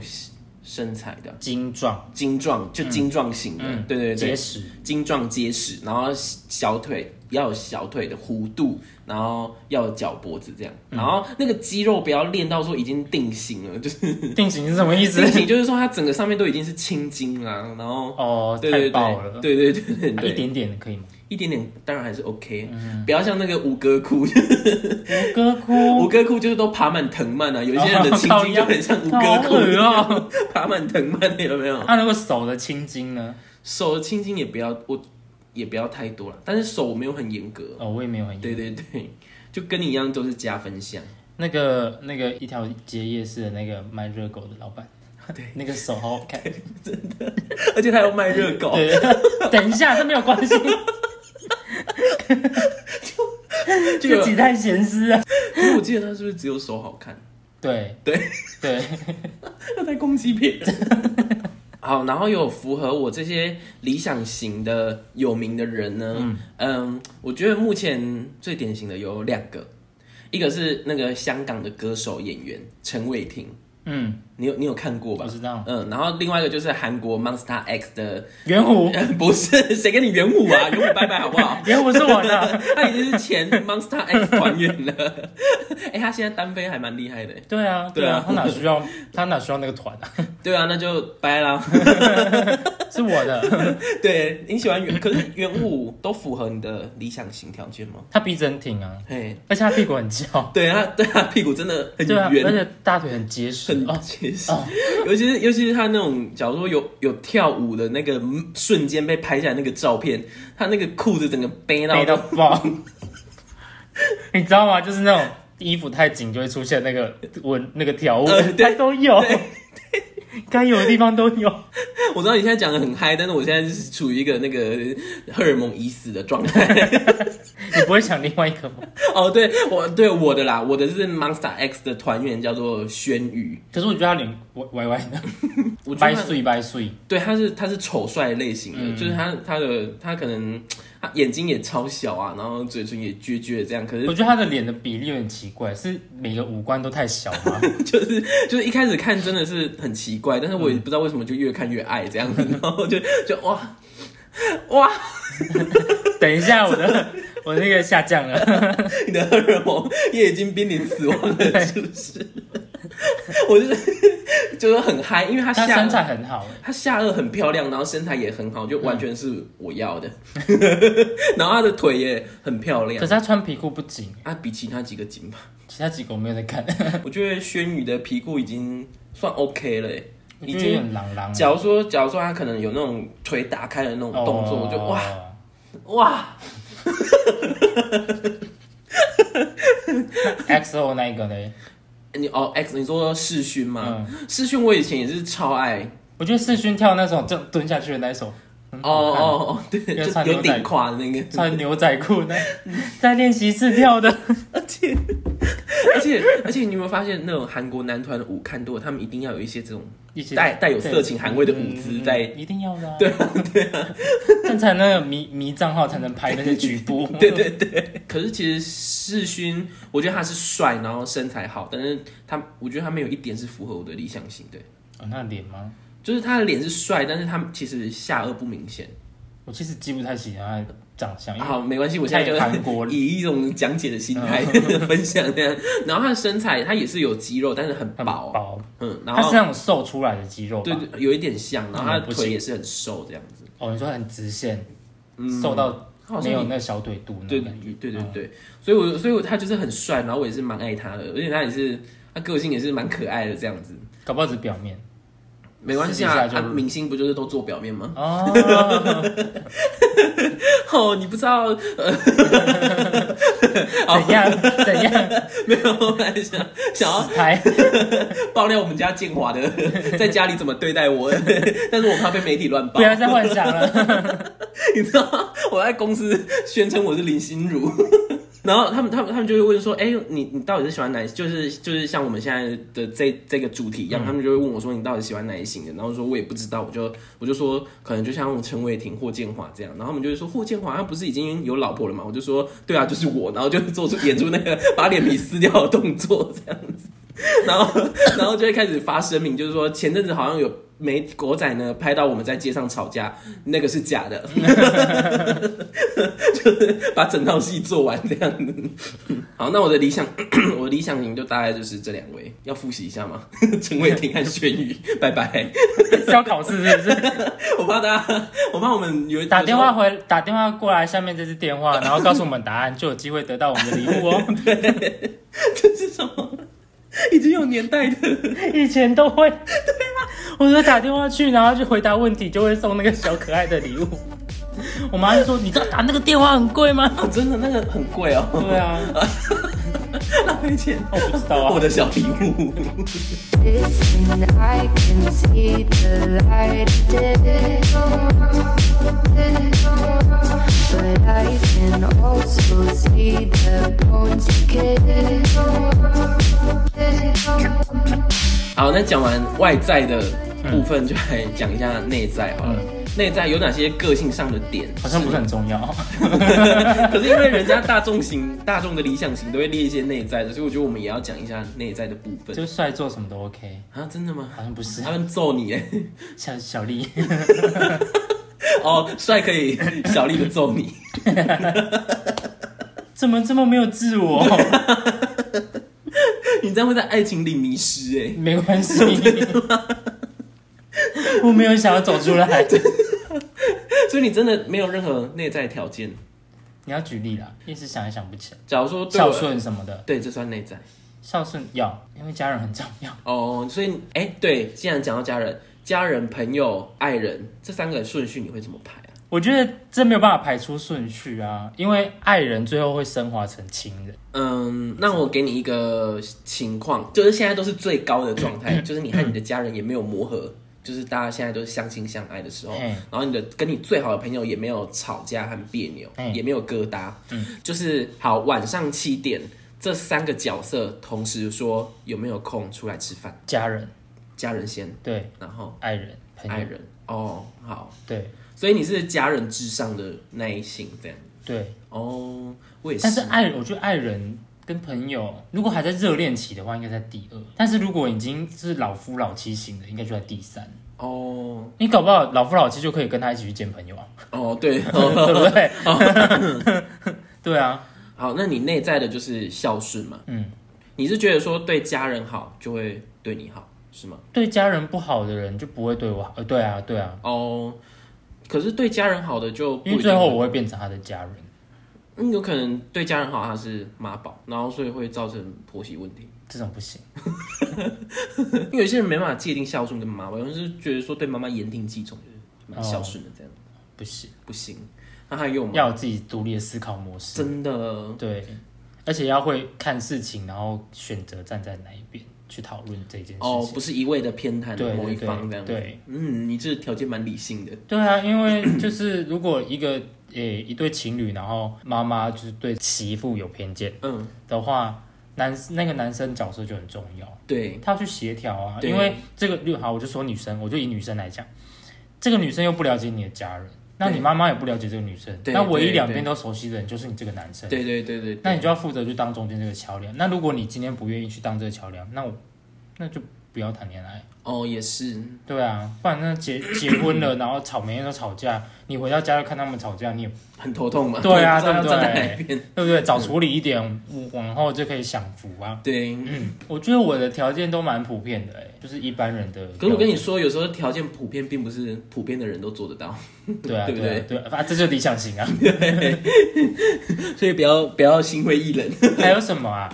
[SPEAKER 1] 身材的？
[SPEAKER 2] 精壮，
[SPEAKER 1] 精壮就精壮型的，
[SPEAKER 2] 嗯，
[SPEAKER 1] 对对
[SPEAKER 2] 结
[SPEAKER 1] 对，
[SPEAKER 2] 实，
[SPEAKER 1] 精壮结实，然后小腿要有小腿的弧度，然后要有脚脖子这样，
[SPEAKER 2] 嗯
[SPEAKER 1] 然后那个肌肉不要练到说已经定 型了，就是
[SPEAKER 2] 定型是什么意思
[SPEAKER 1] 定？型就是说它整个上面都已经是青筋啦，然后
[SPEAKER 2] 哦，
[SPEAKER 1] 对
[SPEAKER 2] 太
[SPEAKER 1] 对
[SPEAKER 2] 爆了
[SPEAKER 1] 对，对对对
[SPEAKER 2] 啊
[SPEAKER 1] 对对，
[SPEAKER 2] 一点点可以吗？
[SPEAKER 1] 一点点当然还是 OK，、不
[SPEAKER 2] 嗯
[SPEAKER 1] 要像那个吴哥窟，
[SPEAKER 2] 吴哥窟，
[SPEAKER 1] 吴哥窟就是都爬满藤蔓啊，有一些人的亲近就很像吴哥
[SPEAKER 2] 好恶
[SPEAKER 1] 窟，
[SPEAKER 2] 哦。
[SPEAKER 1] 爬满藤蔓的有没有？
[SPEAKER 2] 那如果手的青筋呢？
[SPEAKER 1] 手的亲近也不要，我也不要太多了，但是手我没有很严格，
[SPEAKER 2] 哦，我也没有很。
[SPEAKER 1] 对对对，就跟你一样都是加分项，
[SPEAKER 2] 那个那个一条街夜市的那个卖热狗的老板，
[SPEAKER 1] 对，
[SPEAKER 2] 那个手好好看。
[SPEAKER 1] 而且他要卖热狗，
[SPEAKER 2] 对，等一下，这没有关系，
[SPEAKER 1] 就有
[SPEAKER 2] 自己太闲啊思了。
[SPEAKER 1] 因为我记得他是不是只有手好看？
[SPEAKER 2] 对
[SPEAKER 1] 对
[SPEAKER 2] 对，
[SPEAKER 1] 他在攻击别人。 好，然后有符合我这些理想型的有名的人呢，嗯我觉得目前最典型的有两个，一个是那个香港的歌手演员陈伟霆，
[SPEAKER 2] 嗯，
[SPEAKER 1] 你有你有看过吧
[SPEAKER 2] 我？知道。
[SPEAKER 1] 嗯，然后另外一个就是韩国 Monster X 的，
[SPEAKER 2] 圆弧，
[SPEAKER 1] 不是谁跟你圆舞 啊？圆舞拜拜好不好？
[SPEAKER 2] 圆弧是我的。
[SPEAKER 1] 他已经是前 Monster X 团员了， 哎、他现在单飞还蛮厉害的。
[SPEAKER 2] 对啊，
[SPEAKER 1] 对啊
[SPEAKER 2] 他哪需要他哪需要那个团啊？
[SPEAKER 1] 对啊，那就掰啦。
[SPEAKER 2] 是我的，
[SPEAKER 1] 对你喜欢圆，可是圆舞都符合你的理想型条件吗？
[SPEAKER 2] 他鼻子很挺啊，
[SPEAKER 1] 嘿，
[SPEAKER 2] 而且他屁股很翘，
[SPEAKER 1] 对他， 对他屁股真的很
[SPEAKER 2] 对啊，而
[SPEAKER 1] 圆，
[SPEAKER 2] 且大腿很结实
[SPEAKER 1] 很
[SPEAKER 2] 哦。
[SPEAKER 1] 结实
[SPEAKER 2] 哦。
[SPEAKER 1] 尤其是尤其是他那种，假如说有有跳舞的那个瞬间被拍下来那个照片，他那个裤子整个背
[SPEAKER 2] 背到
[SPEAKER 1] 到，
[SPEAKER 2] 爆。 你知道吗？就是那种衣服太紧就会出现那个纹那个条
[SPEAKER 1] 呃
[SPEAKER 2] 纹，
[SPEAKER 1] 对
[SPEAKER 2] 它都 有
[SPEAKER 1] 对，
[SPEAKER 2] 该有的地方都有。
[SPEAKER 1] 我知道你现在讲的很嗨，但是我现在是处于一个那个荷尔蒙已死的状态。
[SPEAKER 2] 你不会想另外一个吗？
[SPEAKER 1] 哦，对我对我的啦，我的是 Monster X 的团员叫做轩宇，
[SPEAKER 2] 可是我觉得他脸歪歪歪 的，
[SPEAKER 1] 我觉
[SPEAKER 2] 掰
[SPEAKER 1] 得他
[SPEAKER 2] 碎掰碎。
[SPEAKER 1] 对，他是他是丑帅类型的，就是他他的他可能他眼睛也超小啊，然后嘴唇也撅撅的这样，可
[SPEAKER 2] 我
[SPEAKER 1] 是
[SPEAKER 2] 觉得他的脸的比例有点奇怪，是每个五官都太小吗？
[SPEAKER 1] 就是就是一开始看真的是很奇怪，但是我也不知道为什么就越看越爱这样子，然后就就哇哇，
[SPEAKER 2] 等一下，我 的我那个下降了，
[SPEAKER 1] 你的荷尔蒙也已经濒临死亡了，是不是？我就是就是很嗨，因为他
[SPEAKER 2] 他
[SPEAKER 1] 下
[SPEAKER 2] 身材很好，
[SPEAKER 1] 她下颚很漂亮，然后身材也很好，就完全是我 要的。然后她的腿也很漂
[SPEAKER 2] 可
[SPEAKER 1] 亮
[SPEAKER 2] 是，他穿皮裤不紧，
[SPEAKER 1] 啊，比其他几个紧吧。
[SPEAKER 2] 其他几个我没有在看，
[SPEAKER 1] 我觉得轩宇的皮裤已经算 OK 了欸，
[SPEAKER 2] 我
[SPEAKER 1] 已
[SPEAKER 2] 觉得有
[SPEAKER 1] 经。
[SPEAKER 2] 点朗朗。
[SPEAKER 1] 假如说，假如说他可能有那种腿打开的那种动作，我就哇
[SPEAKER 2] 哦
[SPEAKER 1] 哇，
[SPEAKER 2] ，XO 那一个呢？
[SPEAKER 1] 你哦 X，你说世勋吗？
[SPEAKER 2] 嗯，
[SPEAKER 1] 世勋我以前也是超爱，
[SPEAKER 2] 我觉得世勋跳那首就蹲下去的那一首，很
[SPEAKER 1] 哦
[SPEAKER 2] 好看，
[SPEAKER 1] 哦哦，对，
[SPEAKER 2] 因为
[SPEAKER 1] 就
[SPEAKER 2] 穿牛
[SPEAKER 1] 有
[SPEAKER 2] 仔
[SPEAKER 1] 顶胯的那个，
[SPEAKER 2] 穿牛仔裤那 在练习室跳 的，
[SPEAKER 1] 而且而且而且你有没有发现那种韩国男团的舞看多了，他们一定要有一些这种
[SPEAKER 2] 一起
[SPEAKER 1] 带带有
[SPEAKER 2] 对
[SPEAKER 1] 色情含味的舞姿
[SPEAKER 2] 嗯
[SPEAKER 1] 在
[SPEAKER 2] 一定要的、啊，对啊对啊， 正才那个迷迷账号才能拍那些局部，
[SPEAKER 1] 对对对，可是其实世勋，我觉得他是帅，然后身材好，但是他，我觉得他没有一点是符合我的理想型的，
[SPEAKER 2] 哦，那脸吗？
[SPEAKER 1] 就是他的脸是帅，但是他其实下颚不明显。
[SPEAKER 2] 我其实记不太起他的长相，因为
[SPEAKER 1] 好，没关系，我现在就
[SPEAKER 2] 太哎韩国嗯了
[SPEAKER 1] 以一种讲解的心态 分享这样。然后他的身材，他也是有肌肉，但是很
[SPEAKER 2] 很
[SPEAKER 1] 薄，
[SPEAKER 2] 薄，
[SPEAKER 1] 嗯，然
[SPEAKER 2] 他
[SPEAKER 1] 后
[SPEAKER 2] 是那种瘦出来的肌肉吧？
[SPEAKER 1] 对对，有一点像，然后他
[SPEAKER 2] 嗯
[SPEAKER 1] 的
[SPEAKER 2] 不
[SPEAKER 1] 腿
[SPEAKER 2] 行
[SPEAKER 1] 也是很瘦这样子，
[SPEAKER 2] 哦，你说很直线，瘦到
[SPEAKER 1] 他嗯好
[SPEAKER 2] 没
[SPEAKER 1] 像
[SPEAKER 2] 有
[SPEAKER 1] 也
[SPEAKER 2] 那个小腿肚那
[SPEAKER 1] 对
[SPEAKER 2] 种
[SPEAKER 1] 对
[SPEAKER 2] 感觉，嗯
[SPEAKER 1] 对对对，所以我所以我他就是很帅，然后我也是蛮爱他的，而且他也是他个性也是蛮可爱的这样子。
[SPEAKER 2] 搞不好只是表面
[SPEAKER 1] 没关系
[SPEAKER 2] 私
[SPEAKER 1] 啊，
[SPEAKER 2] 底下
[SPEAKER 1] 啊
[SPEAKER 2] 就
[SPEAKER 1] 明星不就是都做表面吗？
[SPEAKER 2] 哦，
[SPEAKER 1] 哦，你不知道，
[SPEAKER 2] 怎样怎样，
[SPEAKER 1] 没有，我本来想哦 想要
[SPEAKER 2] 死胎。
[SPEAKER 1] 爆料我们家建华的在家里怎么对待我， 但是我怕被媒体乱爆
[SPEAKER 2] 不，要再幻想 了。
[SPEAKER 1] 你知道吗，我在公司宣称我是林心如。然后他们他们他们就会问说，哎、你你到底是喜欢哪一？就是就是像我们现在的这这个主题一样，他们就会问我说，你到底喜欢哪一型的？然后说我也不知道，我就我就说可能就像陈伟霆、霍建华这样。然后他们就会说，霍建华他不是已经有老婆了嘛？我就说对啊，就是我。然后就做出演出那个把脸皮撕掉的动作这样子。然后然后就会开始发声明，就是说前阵子好像有美国仔呢拍到我们在街上吵架，那个是假的，就是 把整套戏做完这样子。 好，那我的理想，我的理想型就大概就是这两位，要复习一下吗？ 陈伟霆和轩宇，拜拜。
[SPEAKER 2] 是要考试是不是？
[SPEAKER 1] 我怕大家，我怕我们有
[SPEAKER 2] 打电话
[SPEAKER 1] 有时候
[SPEAKER 2] 回打电话过来，下面这支电话，然后告诉我们答案，就有机会得到我们的礼物哦。
[SPEAKER 1] 这是什么？已经有年代的。
[SPEAKER 2] 以前都会，对吗？我说打电话去，然后就回答问题，就会送那个小可爱的礼物。我妈就说：“你知道打那个电话很贵吗，
[SPEAKER 1] 哦，真的那个很贵哦？”
[SPEAKER 2] 对啊，
[SPEAKER 1] 浪费钱。
[SPEAKER 2] 我不知道
[SPEAKER 1] 我
[SPEAKER 2] 啊。
[SPEAKER 1] 的小礼物，
[SPEAKER 3] Listen, I can see the light of day. But I can also see the bones decay.
[SPEAKER 1] 好，那讲完外在的部分，
[SPEAKER 2] 嗯
[SPEAKER 1] 就来讲一下内在好了。内在有哪些个性上的点？
[SPEAKER 2] 好像不是很重 要，
[SPEAKER 1] 可是因为人家大众型、大众的理想型都会列一些内在的，所以我觉得我们也要讲一下内在的部分
[SPEAKER 2] 就帅做什么都 OK，
[SPEAKER 1] 啊！真的吗？
[SPEAKER 2] 好像不 是
[SPEAKER 1] 他们揍你哎！
[SPEAKER 2] 小小丽，
[SPEAKER 1] 哦，帅可以 小力的揍你，
[SPEAKER 2] 怎么这么没有自 我？
[SPEAKER 1] 你这样会在爱情里迷失哎。
[SPEAKER 2] 没关 系，我没有想要走出来。
[SPEAKER 1] 所以你真的没有任何内在条件。
[SPEAKER 2] 你要举例啦，一时想也想不起来，
[SPEAKER 1] 假如说对
[SPEAKER 2] 孝
[SPEAKER 1] 我，
[SPEAKER 2] 顺什么的，
[SPEAKER 1] 对，这算内在
[SPEAKER 2] 孝顺要，因为家人很重要。
[SPEAKER 1] 哦。所以哎、对，既然讲到家人、家人、朋友、爱人这三个顺序，你会怎么排啊？
[SPEAKER 2] 我觉得这没有办法排出顺序啊，因为爱人最后会升华成亲人。
[SPEAKER 1] 嗯，那我给你一个情况，就是现在都是最高的状
[SPEAKER 2] 嗯
[SPEAKER 1] 态，就是你和你的家人也没有磨合，就是大家现在都是相亲相爱的时候，
[SPEAKER 2] 嗯
[SPEAKER 1] 然后你的跟你最好的朋友也没有吵架和别扭，
[SPEAKER 2] 嗯
[SPEAKER 1] 也没有疙瘩，就是好晚上七点，这三个角色同时说有没有空出来吃饭，
[SPEAKER 2] 家人
[SPEAKER 1] 家人先，
[SPEAKER 2] 对，
[SPEAKER 1] 然后
[SPEAKER 2] 爱人朋
[SPEAKER 1] 爱
[SPEAKER 2] 友
[SPEAKER 1] 人，哦，好，
[SPEAKER 2] 对
[SPEAKER 1] 所以你是家人至上的那一型这样，
[SPEAKER 2] 对，
[SPEAKER 1] 哦，我也
[SPEAKER 2] 但是爱我觉得爱人跟朋友如果还在热恋期的话，应该在第二；但是如果已经是老夫老妻型的，应该就在第三。
[SPEAKER 1] 哦
[SPEAKER 2] 你搞不好老夫老妻就可以跟他一起去见朋友啊，
[SPEAKER 1] 哦对。
[SPEAKER 2] 对不对？ 对啊，
[SPEAKER 1] 好，那你内在的就是孝顺嘛？
[SPEAKER 2] 嗯，
[SPEAKER 1] 你是觉得说对家人好就会对你好，是吗？
[SPEAKER 2] 对家人不好的人就不会对我好。呃，对啊，对啊，
[SPEAKER 1] 哦、可是对家人好的就不
[SPEAKER 2] 因
[SPEAKER 1] 一
[SPEAKER 2] 为
[SPEAKER 1] 定
[SPEAKER 2] 最后我会变成他的家人。
[SPEAKER 1] 嗯有可能对家人好他是妈宝，然后所以会造成婆媳问题。
[SPEAKER 2] 这种不行，
[SPEAKER 1] 因为有些人没办法界定孝顺跟妈宝，有人是觉得说对妈妈言听计从，就是蛮孝顺的这样，
[SPEAKER 2] 不行，
[SPEAKER 1] 不行。那还有吗？
[SPEAKER 2] 要有自己独立的思考模式。
[SPEAKER 1] 真的
[SPEAKER 2] 对，而且要会看事情，然后选择站在哪一边去讨论这件事情。
[SPEAKER 1] 哦，不是一味的偏袒
[SPEAKER 2] 对
[SPEAKER 1] 某一
[SPEAKER 2] 对
[SPEAKER 1] 方这
[SPEAKER 2] 对
[SPEAKER 1] 样。
[SPEAKER 2] 对
[SPEAKER 1] 嗯，你这条件蛮理性的。
[SPEAKER 2] 对啊，因为就是如果一个诶、一对情侣，然后妈妈就是对媳妇有偏见
[SPEAKER 1] 嗯，
[SPEAKER 2] 的话，男那个男生角色就很重要，
[SPEAKER 1] 对，
[SPEAKER 2] 他要去协调啊。
[SPEAKER 1] 对
[SPEAKER 2] 因为这个，例如好，我就说女生，我就以女生来讲，这个女生又不了解你的家人，那你
[SPEAKER 1] 对
[SPEAKER 2] 妈妈也不了解这个女生，
[SPEAKER 1] 对
[SPEAKER 2] 那唯一
[SPEAKER 1] 对
[SPEAKER 2] 两
[SPEAKER 1] 对
[SPEAKER 2] 边都熟悉的人就是你这个男生。
[SPEAKER 1] 对对对对对。
[SPEAKER 2] 那你就要负责去当中间这个桥梁。那如果你今天不愿意去当这个桥梁，那我那就不要谈恋爱。
[SPEAKER 1] 哦，也是，
[SPEAKER 2] 对啊，不然那 结结婚了，然后吵，每天都吵架，你回到家就看他们吵架，你也
[SPEAKER 1] 很头痛嘛。
[SPEAKER 2] 对啊
[SPEAKER 1] 不知
[SPEAKER 2] 对
[SPEAKER 1] 道
[SPEAKER 2] 不对
[SPEAKER 1] 站在哪一边？
[SPEAKER 2] 对不对？早处理一点，往后就可以享福啊。
[SPEAKER 1] 对。
[SPEAKER 2] 我觉得我的条件都蛮普遍的、欸，就是一般人的。
[SPEAKER 1] 可是我跟你，说，有时候条件普遍，并不是普遍的人都做得到，
[SPEAKER 2] 对啊，
[SPEAKER 1] 对不
[SPEAKER 2] 对啊，对啊，啊这就是理想型啊。
[SPEAKER 1] 所以不要不要心灰意冷。
[SPEAKER 2] 还有什么啊？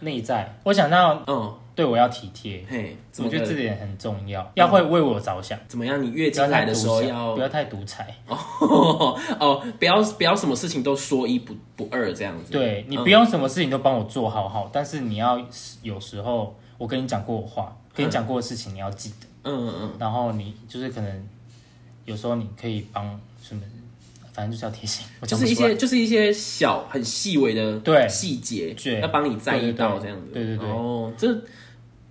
[SPEAKER 2] 内在，我想到
[SPEAKER 1] 嗯，
[SPEAKER 2] 对我要体贴，
[SPEAKER 1] 嘿，怎
[SPEAKER 2] 我
[SPEAKER 1] 么
[SPEAKER 2] 觉得这
[SPEAKER 1] 可
[SPEAKER 2] 点很重要，要会为我着想，
[SPEAKER 1] 怎么样？你月
[SPEAKER 2] 不
[SPEAKER 1] 经
[SPEAKER 2] 要
[SPEAKER 1] 来
[SPEAKER 2] 太
[SPEAKER 1] 的
[SPEAKER 2] 独
[SPEAKER 1] 时候
[SPEAKER 2] 裁，
[SPEAKER 1] 要
[SPEAKER 2] 不要太独裁。
[SPEAKER 1] 哦哦，不要不要什么事情都说一不不二这样子。
[SPEAKER 2] 对你
[SPEAKER 1] 嗯
[SPEAKER 2] 不用什么事情都帮我做好好，但是你要有时候我跟你讲过的话，跟你讲过的事情你要记得，
[SPEAKER 1] 嗯嗯
[SPEAKER 2] 然后你就是可能有时候你可以帮什么，反正就是要提醒，我
[SPEAKER 1] 嗯，就
[SPEAKER 2] 讲
[SPEAKER 1] 是
[SPEAKER 2] 不
[SPEAKER 1] 一
[SPEAKER 2] 出来
[SPEAKER 1] 些就是一些小很细微的
[SPEAKER 2] 对
[SPEAKER 1] 细节，
[SPEAKER 2] 对
[SPEAKER 1] 要帮你在意到这样子。
[SPEAKER 2] 对对对
[SPEAKER 1] 哦，这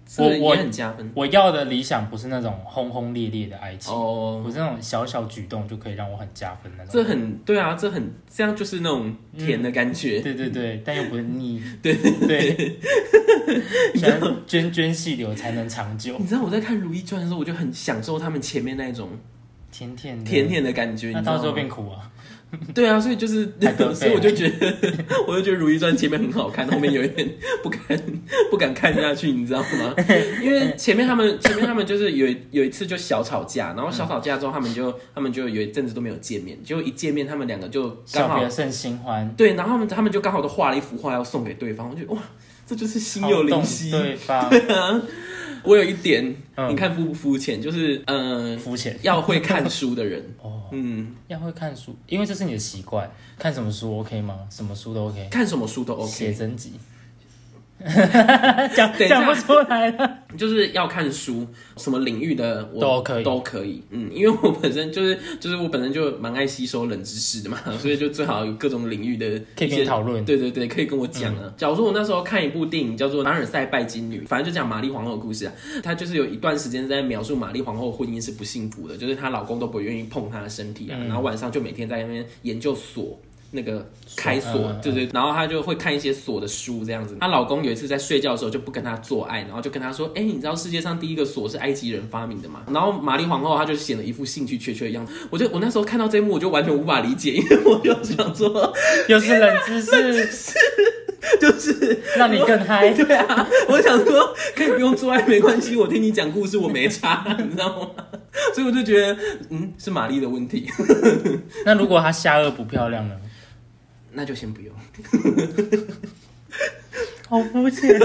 [SPEAKER 1] 是不是
[SPEAKER 2] 我
[SPEAKER 1] 也很加分？
[SPEAKER 2] 我要的理想不是那种轰轰烈烈的爱情，
[SPEAKER 1] 哦
[SPEAKER 2] 我，是那种小小举动就可以让我很加分那种。
[SPEAKER 1] 这很对啊，这很这样就是那种
[SPEAKER 2] 嗯
[SPEAKER 1] 甜的感觉。
[SPEAKER 2] 对对对，但又不是腻，
[SPEAKER 1] 对
[SPEAKER 2] 对，想要涓涓细流才能长久，
[SPEAKER 1] 你知道我在看《如懿传》的时候，我就很享受他们前面那种
[SPEAKER 2] 甜甜的，
[SPEAKER 1] 甜，甜的感觉。
[SPEAKER 2] 那
[SPEAKER 1] 你知道
[SPEAKER 2] 到
[SPEAKER 1] 吗
[SPEAKER 2] 时候变苦啊，
[SPEAKER 1] 对啊，所以就是
[SPEAKER 2] 太 得，
[SPEAKER 1] 所以
[SPEAKER 2] 肺
[SPEAKER 1] 我就
[SPEAKER 2] 了
[SPEAKER 1] 觉得，我就觉得《如懿传》前面很好看，后面有一点不敢 不敢看下去，你知道 吗？因为前面他们前面他们就是有一有一次就小吵架，然后小吵架之后，他们就他们就有一阵子都没有见面，结果一见面，他们两个就刚
[SPEAKER 2] 小
[SPEAKER 1] 好
[SPEAKER 2] 别胜新欢，
[SPEAKER 1] 对，然后他们他们就刚好都画了一幅画要送给对方，我觉得哇，这就是心有灵犀。
[SPEAKER 2] 好动对方
[SPEAKER 1] 我有一点，
[SPEAKER 2] 嗯
[SPEAKER 1] 你看肤不肤浅，就是嗯、呃
[SPEAKER 2] 肤浅
[SPEAKER 1] 要会看书的人，
[SPEAKER 2] 哦，
[SPEAKER 1] 嗯，
[SPEAKER 2] 要会看书，因为这是你的习惯，看什么书 OK 吗？什么书都 OK，
[SPEAKER 1] 看什么书都
[SPEAKER 2] 写
[SPEAKER 1] OK，
[SPEAKER 2] 真集。讲
[SPEAKER 1] 等一下
[SPEAKER 2] 讲不出来了，
[SPEAKER 1] 就是要看书，什么领域的我
[SPEAKER 2] 都可以
[SPEAKER 1] 都可以，嗯，因为我本身就是就是我本身就蛮爱吸收冷知识的嘛， 所以就最好有各种领域的
[SPEAKER 2] 可以跟
[SPEAKER 1] 一
[SPEAKER 2] 你
[SPEAKER 1] 些
[SPEAKER 2] 讨论。
[SPEAKER 1] 对对对，可以跟我讲啊。
[SPEAKER 2] 嗯
[SPEAKER 1] 假如说我那时候看一部电影叫做《马尔赛拜金女》，反正就讲玛丽皇后的故事啊。她就是有一段时间在描述玛丽皇后婚姻是不幸福的，就是她老公都不愿意碰她的身体
[SPEAKER 2] 嗯
[SPEAKER 1] 啊，然后晚上就每天在那边研究锁。那个开
[SPEAKER 2] 锁
[SPEAKER 1] 锁
[SPEAKER 2] 嗯嗯，
[SPEAKER 1] 对对，然后她就会看一些锁的书这样子。她老公有一次在睡觉的时候就不跟她做爱，然后就跟她说：“哎，你知道世界上第一个锁是埃及人发明的吗？”然后玛丽皇后她就显得一副兴趣缺缺的样子。我就我那时候看到这一幕，我就完全无法理解，因为我就想说，
[SPEAKER 2] 又是冷知识，
[SPEAKER 1] 就是
[SPEAKER 2] 让你更嗨。
[SPEAKER 1] 对啊，我想说可以不用做爱没关系，我听你讲故事我没差， 你知道吗？所以我就觉得，嗯，是玛丽的问 题，
[SPEAKER 2] 那如果她下颚不漂亮呢？
[SPEAKER 1] 那就先不用，
[SPEAKER 2] 好肤浅。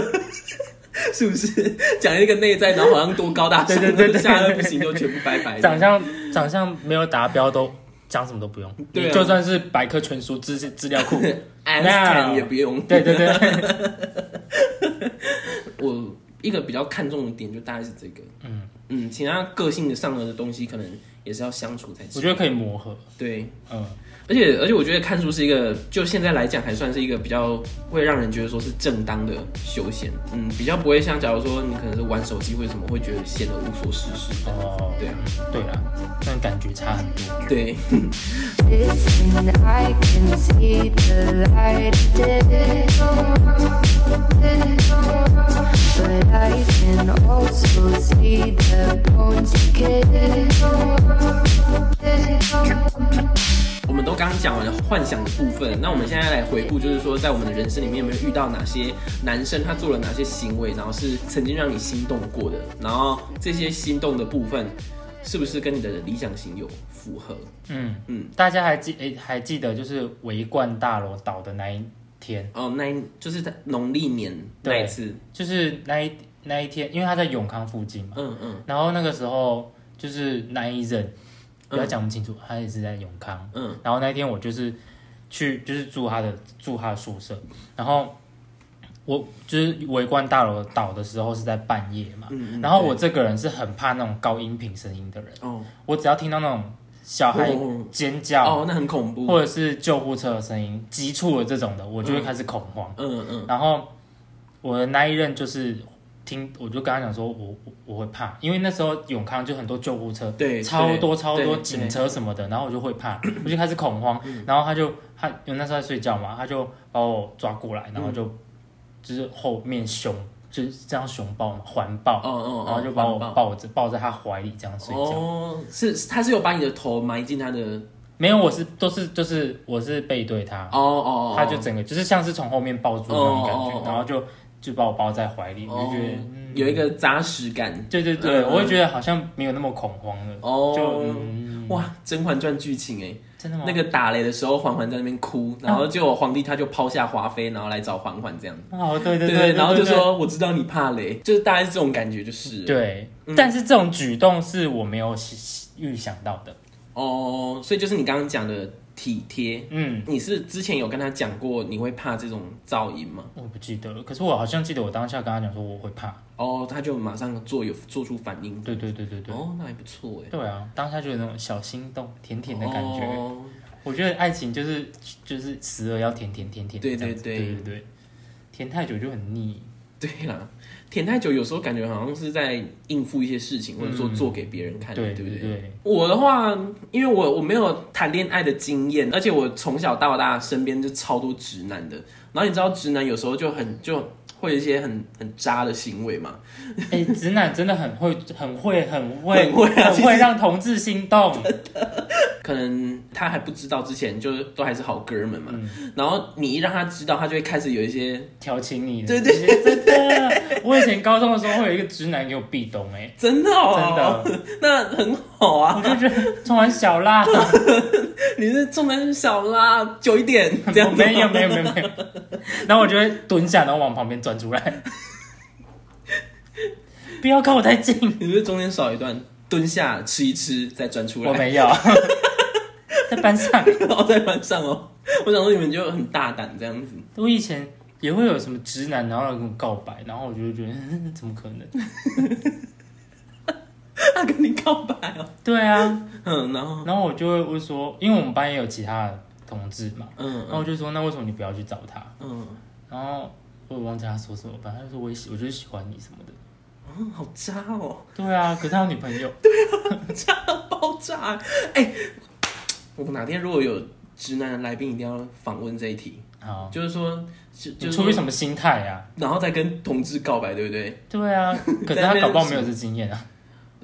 [SPEAKER 1] 是不是？讲一个内在，然后好像多高大上，
[SPEAKER 2] 对对对对
[SPEAKER 1] 下颚不行就全部拜拜。
[SPEAKER 2] 长相长相没有达标都讲什么都不用，
[SPEAKER 1] 对啊
[SPEAKER 2] 你就算是百科全书资资料 库，
[SPEAKER 1] 安
[SPEAKER 2] No
[SPEAKER 1] 坦也不用。
[SPEAKER 2] 对对对，
[SPEAKER 1] 我一个比较看重的点就大概是这个，嗯嗯，其他个性上的东西可能也是要相处才知道。
[SPEAKER 2] 我觉得可以磨合，
[SPEAKER 1] 对，
[SPEAKER 2] 嗯，
[SPEAKER 1] 而且而且我觉得看书是一个，就现在来讲还算是一个比较会让人觉得说是正当的休闲，嗯，比较不会像假如说你可能是玩手机或者什么，会觉得显得无所事事。
[SPEAKER 2] 哦，
[SPEAKER 1] 对啊
[SPEAKER 2] 对啦，但感觉差很多。
[SPEAKER 1] 对，
[SPEAKER 3] Listen, I can see the light of day. But I can also see the bones decay.
[SPEAKER 1] 我们都刚刚讲完了幻想的部分，那我们现在来回顾，就是说在我们的人生里面有没有遇到哪些男生，他做了哪些行为，然后是曾经让你心动过的，然后这些心动的部分是不是跟你的理想型有符合？
[SPEAKER 2] 嗯嗯
[SPEAKER 1] 嗯，
[SPEAKER 2] 大家还记诶、还记得就是维冠大楼倒的那一天，
[SPEAKER 1] 哦，那一就是在农历年那一次，
[SPEAKER 2] 就是那一那一天，因为他在永康附近嘛，
[SPEAKER 1] 嗯嗯
[SPEAKER 2] 然后那个时候就是那一任，不要讲不清楚，他也是在永康，
[SPEAKER 1] 嗯，
[SPEAKER 2] 然后那一天我就是去就是住他的住他的宿舍，然后我就是围观大楼倒的时候是在半夜嘛，
[SPEAKER 1] 嗯嗯
[SPEAKER 2] 然后我这个人是很怕那种高音频声音的人，
[SPEAKER 1] 哦
[SPEAKER 2] 我只要听到那种小孩
[SPEAKER 1] 哦
[SPEAKER 2] 尖叫、
[SPEAKER 1] 哦，那很恐怖。
[SPEAKER 2] 或者是救护车的声音、急促的这种的，我就会开始恐慌。
[SPEAKER 1] 嗯嗯
[SPEAKER 2] 然后我的那一任就是听，我就跟他讲说我，我我会怕，因为那时候永康就很多救护车，
[SPEAKER 1] 对
[SPEAKER 2] 超多
[SPEAKER 1] 对
[SPEAKER 2] 超多
[SPEAKER 1] 对嗯
[SPEAKER 2] 警车什么的，然后我就会怕，我就开始恐慌。然后他就他因为那时候在睡觉嘛，他就把我抓过来，
[SPEAKER 1] 嗯
[SPEAKER 2] 然后就、就是后面胸就是这样熊抱嘛，环抱，
[SPEAKER 1] 哦哦哦
[SPEAKER 2] 然后就把我
[SPEAKER 1] 环抱
[SPEAKER 2] 抱着抱在他怀里这样睡觉。
[SPEAKER 1] 哦，是他是有把你的头埋进他的
[SPEAKER 2] 没有，我是都是就是我是背对他，
[SPEAKER 1] 哦哦，哦
[SPEAKER 2] 他就整个就是像是从后面抱住的那种感觉，
[SPEAKER 1] 哦哦哦
[SPEAKER 2] 然后就就把我抱在怀里，我就
[SPEAKER 1] 哦
[SPEAKER 2] 觉得、嗯
[SPEAKER 1] 有一个扎实感
[SPEAKER 2] 对对对，
[SPEAKER 1] 嗯
[SPEAKER 2] 我会觉得好像没有那么恐慌了。就、
[SPEAKER 1] 哦。
[SPEAKER 2] 嗯、
[SPEAKER 1] 哇，《甄嬛传》剧情哎，
[SPEAKER 2] 真的吗？嗯
[SPEAKER 1] 那个打雷的时候，嬛嬛在那边哭，然后就皇帝他就抛下华妃，然后来找嬛嬛这样，
[SPEAKER 2] 哦，对对
[SPEAKER 1] 对
[SPEAKER 2] 对，
[SPEAKER 1] 然后就
[SPEAKER 2] 对对
[SPEAKER 1] 说我知道你怕雷，就是大概是这种感觉，就是
[SPEAKER 2] 对
[SPEAKER 1] 嗯
[SPEAKER 2] 但是这种举动是我没有预想到的。
[SPEAKER 1] 哦，所以就是你刚刚讲的体贴，
[SPEAKER 2] 嗯，
[SPEAKER 1] 你是之前有跟他讲过你会怕这种噪音吗？
[SPEAKER 2] 我不记得了，可是我好像记得我当下跟他讲说我会怕。
[SPEAKER 1] 哦，他就马上做有做出反应，
[SPEAKER 2] 对对对对对。
[SPEAKER 1] 哦，那还不错哎，
[SPEAKER 2] 对啊，当下就有那种小心动、甜甜的感觉。
[SPEAKER 1] 哦
[SPEAKER 2] 我觉得爱情就是就是时而要甜甜甜甜的
[SPEAKER 1] 对
[SPEAKER 2] 这样子，
[SPEAKER 1] 对
[SPEAKER 2] 对
[SPEAKER 1] 对
[SPEAKER 2] 对对，甜太久就很腻。
[SPEAKER 1] 对啦，舔太久有时候感觉好像是在应付一些事情，或者说做给别人看，
[SPEAKER 2] 嗯对
[SPEAKER 1] 对不
[SPEAKER 2] 对对，
[SPEAKER 1] 我的话，因为我我没有谈恋爱的经验，而且我从小到大身边就超多直男的。然后你知道直男有时候就很就会有一些很很渣的行为嘛，
[SPEAKER 2] 哎、直男真的很会，很会，很会，
[SPEAKER 1] 很会啊
[SPEAKER 2] 很
[SPEAKER 1] 其
[SPEAKER 2] 会
[SPEAKER 1] 实
[SPEAKER 2] 让同志心动。
[SPEAKER 1] 可能他还不知道之前就是都还是好哥们嘛。
[SPEAKER 2] 嗯
[SPEAKER 1] 然后你一让他知道，他就会开始有一些
[SPEAKER 2] 调情你的，
[SPEAKER 1] 对对
[SPEAKER 2] 对，真的。我以前高中的时候，会有一个直男给我壁咚、哎，
[SPEAKER 1] 真的
[SPEAKER 2] 真
[SPEAKER 1] 哦，
[SPEAKER 2] 的，
[SPEAKER 1] 那很好
[SPEAKER 2] 我
[SPEAKER 1] 啊，
[SPEAKER 2] 就觉得冲完小辣，
[SPEAKER 1] 你是重男小啦，久一点 这样子吗
[SPEAKER 2] 没有没有没有没有。然后我就会蹲下，然后往旁边转出来， 不要靠我太近。
[SPEAKER 1] 你是不是中间少一段，蹲下吃一吃，再钻出
[SPEAKER 2] 我
[SPEAKER 1] 来，
[SPEAKER 2] 没有， 在班上，
[SPEAKER 1] 然后再翻上哦。我想说你们就很大胆这样子，
[SPEAKER 2] 我以前也会有什么直男，然后来跟我告白，然后我就会觉得 嗯怎么可能？
[SPEAKER 1] 他跟你告白哦，
[SPEAKER 2] 对啊，
[SPEAKER 1] 嗯，然后
[SPEAKER 2] 然后我就会问说，因为我们班也有其他的同志嘛，
[SPEAKER 1] 嗯
[SPEAKER 2] 然后
[SPEAKER 1] 嗯
[SPEAKER 2] 我就说那为什么你不要去找他？
[SPEAKER 1] 嗯
[SPEAKER 2] 然后我也忘记他说什么，反正他就说我也喜，我就是喜欢你什么的。
[SPEAKER 1] 嗯，好渣哦，
[SPEAKER 2] 对啊，可是他有女朋友，
[SPEAKER 1] 渣到爆炸！哎、我哪天如果有直男的来宾，一定要访问这一题，
[SPEAKER 2] 好，
[SPEAKER 1] 就是说，就就
[SPEAKER 2] 就是出于
[SPEAKER 1] 说
[SPEAKER 2] 什么心态啊？
[SPEAKER 1] 然后再跟同志告白，对不对？
[SPEAKER 2] 对啊，可是他搞不好没有这经验啊，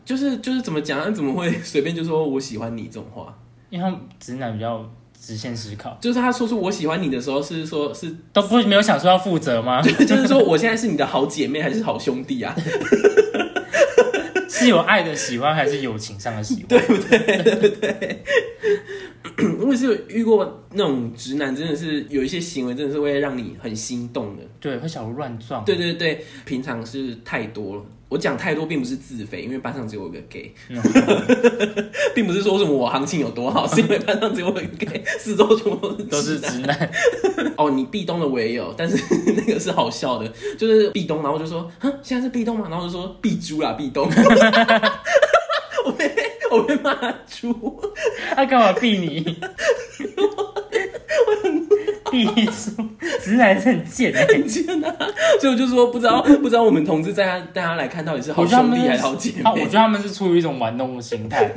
[SPEAKER 1] 就是就是怎么讲，怎么会随便就说我喜欢你这种话？
[SPEAKER 2] 因为他们直男比较直线思考，
[SPEAKER 1] 就是他说出我喜欢你的时候，是说 是
[SPEAKER 2] 都不没有想说要负责 吗？
[SPEAKER 1] 就是说，我现在是你的好姐妹还是好兄弟啊？
[SPEAKER 2] 是有爱的喜欢还是友情上的喜欢？
[SPEAKER 1] 我也是有遇过那种直男，真的是有一些行为，真的是会让你很心动的。
[SPEAKER 2] 对，会小鹿乱撞。
[SPEAKER 1] 对对对，平常是太多了。我讲太多并不是自肥，因为班上只有我一个 gay，
[SPEAKER 2] 嗯，
[SPEAKER 1] 并不是说什么我行情有多好，是因为班上只有我一个 gay，四周全部
[SPEAKER 2] 都是直男，
[SPEAKER 1] 哦，你壁咚的我也有，但是 那个是好笑的，就是壁咚，然后我就说，哼，现在是壁咚吗？然后我就说壁猪啦，壁咚， 我被我被骂猪。
[SPEAKER 2] 他干嘛避 你？避出直男是很贱哎、
[SPEAKER 1] 天哪！所以我就说不知道不知道我们同志在他带他来看到底是好
[SPEAKER 2] 我觉得他
[SPEAKER 1] 兄
[SPEAKER 2] 们
[SPEAKER 1] 弟
[SPEAKER 2] 是
[SPEAKER 1] 还是好姐
[SPEAKER 2] 啊我觉
[SPEAKER 1] 妹，
[SPEAKER 2] 得他们是出于一种玩弄的心态，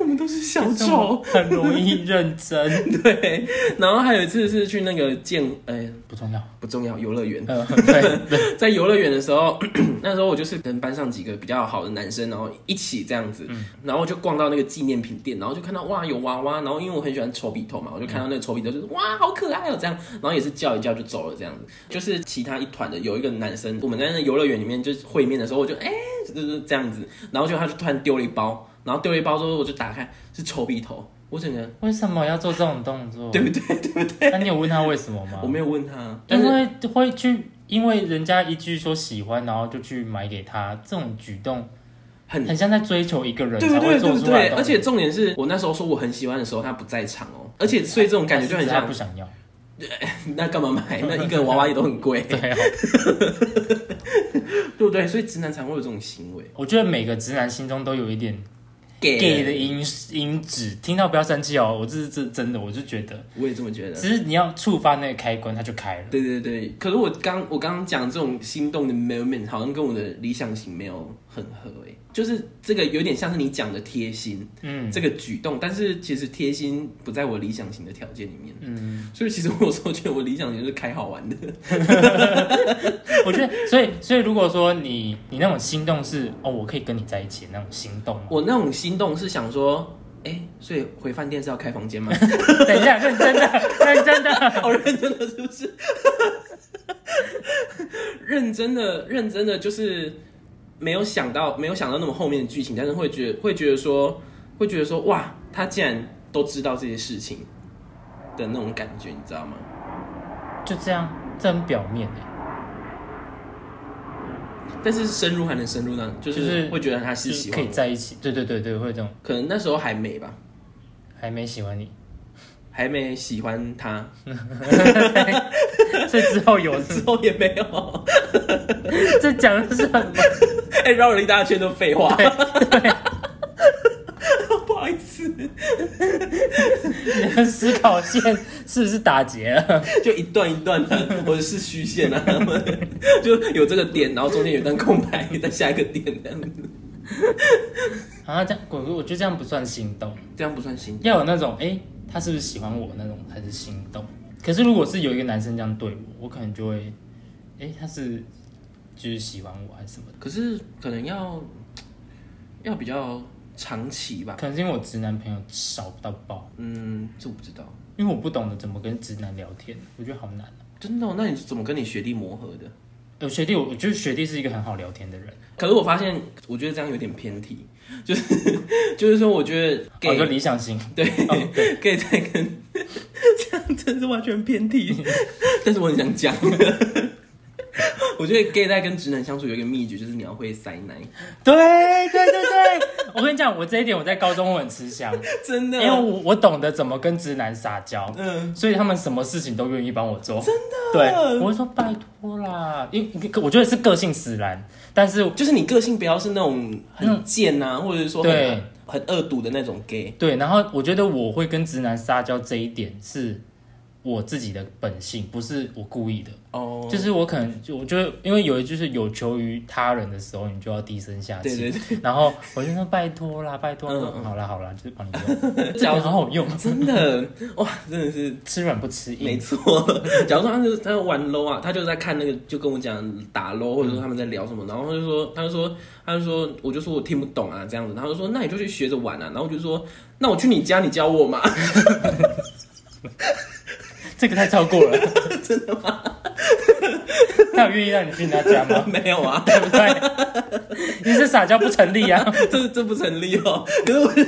[SPEAKER 1] 我们都是小丑。
[SPEAKER 2] 很容易认真，
[SPEAKER 1] 对，然后还有一次是去那个建，哎、
[SPEAKER 2] 不重要。
[SPEAKER 1] 不重要，游乐园。
[SPEAKER 2] 呃，对，
[SPEAKER 1] 在游乐园的时候， 那时候我就是跟班上几个比较好的男生，然后一起这样子，
[SPEAKER 2] 嗯
[SPEAKER 1] 然后我就逛到那个纪念品店，然后就看到哇有娃娃，然后因为我很喜欢抽笔头嘛，我就看到那个抽笔头就是哇好可爱哦、这样，然后也是叫一叫就走了这样子。就是其他一团的有一个男生，我们在那游乐园里面就是会面的时候，我就哎、就是这样子，然后就他就突然丢了一包，然后丢了一包之后我就打开是抽笔头，我整个人
[SPEAKER 2] 为什么要做这种动作？
[SPEAKER 1] 对不对？
[SPEAKER 2] 那你有问他为什么吗？
[SPEAKER 1] 我没有问他，但
[SPEAKER 2] 因
[SPEAKER 1] 是
[SPEAKER 2] 为会去，因为人家一句说喜欢，然后就去买给他，这种举动
[SPEAKER 1] 很
[SPEAKER 2] 很像在追求一个人
[SPEAKER 1] 对不
[SPEAKER 2] 才
[SPEAKER 1] 对？
[SPEAKER 2] 会
[SPEAKER 1] 对
[SPEAKER 2] 做
[SPEAKER 1] 不
[SPEAKER 2] 出来
[SPEAKER 1] 对？
[SPEAKER 2] 的动作。
[SPEAKER 1] 而且重点是我那时候说我很喜欢的时候，他不在场哦，而且所以这种感觉 就
[SPEAKER 2] 还
[SPEAKER 1] 很
[SPEAKER 2] 是他
[SPEAKER 1] 像
[SPEAKER 2] 不，想要。
[SPEAKER 1] 那干嘛买？那一个娃娃也都很贵，
[SPEAKER 2] 对啊，
[SPEAKER 1] 对不对？所以直男才会有这种行为
[SPEAKER 2] 我觉得每个直男心中都有一点
[SPEAKER 1] gay
[SPEAKER 2] gay 的因因子，听到不要生气哦，我这是这真的，我就觉得，
[SPEAKER 1] 我也这么觉得。
[SPEAKER 2] 只是你要触发那个开关，它就开了。
[SPEAKER 1] 对对对，可是我刚我刚刚讲这种心动的 moment，好像跟我的理想型没有很合诶，就是这个有点像是你讲的贴心、
[SPEAKER 2] 嗯，
[SPEAKER 1] 这个举动，但是其实贴心不在我理想型的条件里面，嗯，所以其实我有时候觉得我理想型是开好玩的，
[SPEAKER 2] 我觉得，所以所以如果说你你那种心动是哦，我可以跟你在一起那种心动吗，
[SPEAKER 1] 我那种心动是想说，哎、所以回饭店是要开房间 吗？
[SPEAKER 2] 等一下，认真的，认真的，
[SPEAKER 1] 好认真的，是不是？ 认真的，认真的，就是没有想到，没有想到那么后面的剧情，但是会觉得，会觉得说，会觉得说，哇，他竟然都知道这些事情的那种感觉，你知道吗？
[SPEAKER 2] 就这样，这很表面欸
[SPEAKER 1] 但是深入还能深入呢，就
[SPEAKER 2] 就是
[SPEAKER 1] 是会觉得他是
[SPEAKER 2] 就是
[SPEAKER 1] 喜
[SPEAKER 2] 可
[SPEAKER 1] 欢
[SPEAKER 2] 以
[SPEAKER 1] 我，
[SPEAKER 2] 在一起。对对对对，会有这种
[SPEAKER 1] 可能那时候还没吧，
[SPEAKER 2] 还没喜欢你，
[SPEAKER 1] 还没喜欢他，
[SPEAKER 2] 这之后有，
[SPEAKER 1] 之后也没有，
[SPEAKER 2] 这讲的是很
[SPEAKER 1] 哎、绕了一大圈都废话，
[SPEAKER 2] 对对，
[SPEAKER 1] 不好意思，
[SPEAKER 2] 你的思考线是不是打结了？
[SPEAKER 1] 就一段一段的，或者是虚线 啊，就有这个点，然后中间有一段空白，再下一个点这样子，
[SPEAKER 2] 啊，这样我我觉得这样不算心动，
[SPEAKER 1] 这样不算心动。
[SPEAKER 2] 要有那种哎、诶他是不是喜欢我那种才是心动。可是如果是有一个男生这样对我，我可能就会，哎、他是就是喜欢我还是什么的？
[SPEAKER 1] 可是可能要要比较长期吧，
[SPEAKER 2] 可能是因为我直男朋友少到爆，
[SPEAKER 1] 嗯，这我不知道，
[SPEAKER 2] 因为我不懂得怎么跟直男聊天，我觉得好难、啊。
[SPEAKER 1] 真的哦、那你是怎么跟你学弟磨合的？
[SPEAKER 2] 有学弟，我我觉得学弟是一个很好聊天的人，
[SPEAKER 1] 可是我发现，我觉得这样有点偏题，就是就是说，我觉得
[SPEAKER 2] 哦，
[SPEAKER 1] 给、
[SPEAKER 2] 就理想型，
[SPEAKER 1] 哦对，给在跟 这样真是完全偏题， 但是我很想讲。 我觉得 gay 在跟直男相处有一个秘诀，就是你要会塞奶，
[SPEAKER 2] 对对对对， 我跟你讲，我这一点我在高中我很吃 香，
[SPEAKER 1] 真的
[SPEAKER 2] 因为我我懂得怎么跟直男撒娇，
[SPEAKER 1] 嗯，
[SPEAKER 2] 所以他们什么事情都愿意帮我做，真的。对，我会说拜托啦，因为我觉得是个性使然，但是
[SPEAKER 1] 就是你个性不要是那种很贱啊，或者是说
[SPEAKER 2] 对
[SPEAKER 1] 很很恶毒的那种 gay，
[SPEAKER 2] 对，然后我觉得我会跟直男撒娇这一点是我自己的本性，不是我故意的。
[SPEAKER 1] 哦，
[SPEAKER 2] 就是我可能就我就会因为有一就是有求于他人的时候，你就要低声下气。
[SPEAKER 1] 对对
[SPEAKER 2] 对。 然后我就说拜托啦，拜托，
[SPEAKER 1] 嗯嗯
[SPEAKER 2] 好啦好啦，就是帮你 用，这
[SPEAKER 1] 假
[SPEAKER 2] 个
[SPEAKER 1] 如
[SPEAKER 2] 好好用，
[SPEAKER 1] 真的哇，真的是
[SPEAKER 2] 吃软不吃
[SPEAKER 1] 没
[SPEAKER 2] 硬。
[SPEAKER 1] 错， 假如说他就是他玩 low 啊，他就在看那个，就跟我讲打 low，或者说他们在聊什么，然后他就说，他就说，他就说，我就说我听不懂啊，这样子，然后他就说，那你就去学着玩啊，然后我就说，那我去你家，你教我嘛，
[SPEAKER 2] 这个太超过了，真的 吗？ 他有愿意让你去他家 吗？
[SPEAKER 1] 没有啊，
[SPEAKER 2] 对不对？你是撒娇不成立 啊！
[SPEAKER 1] 这这不成立哦。可是我就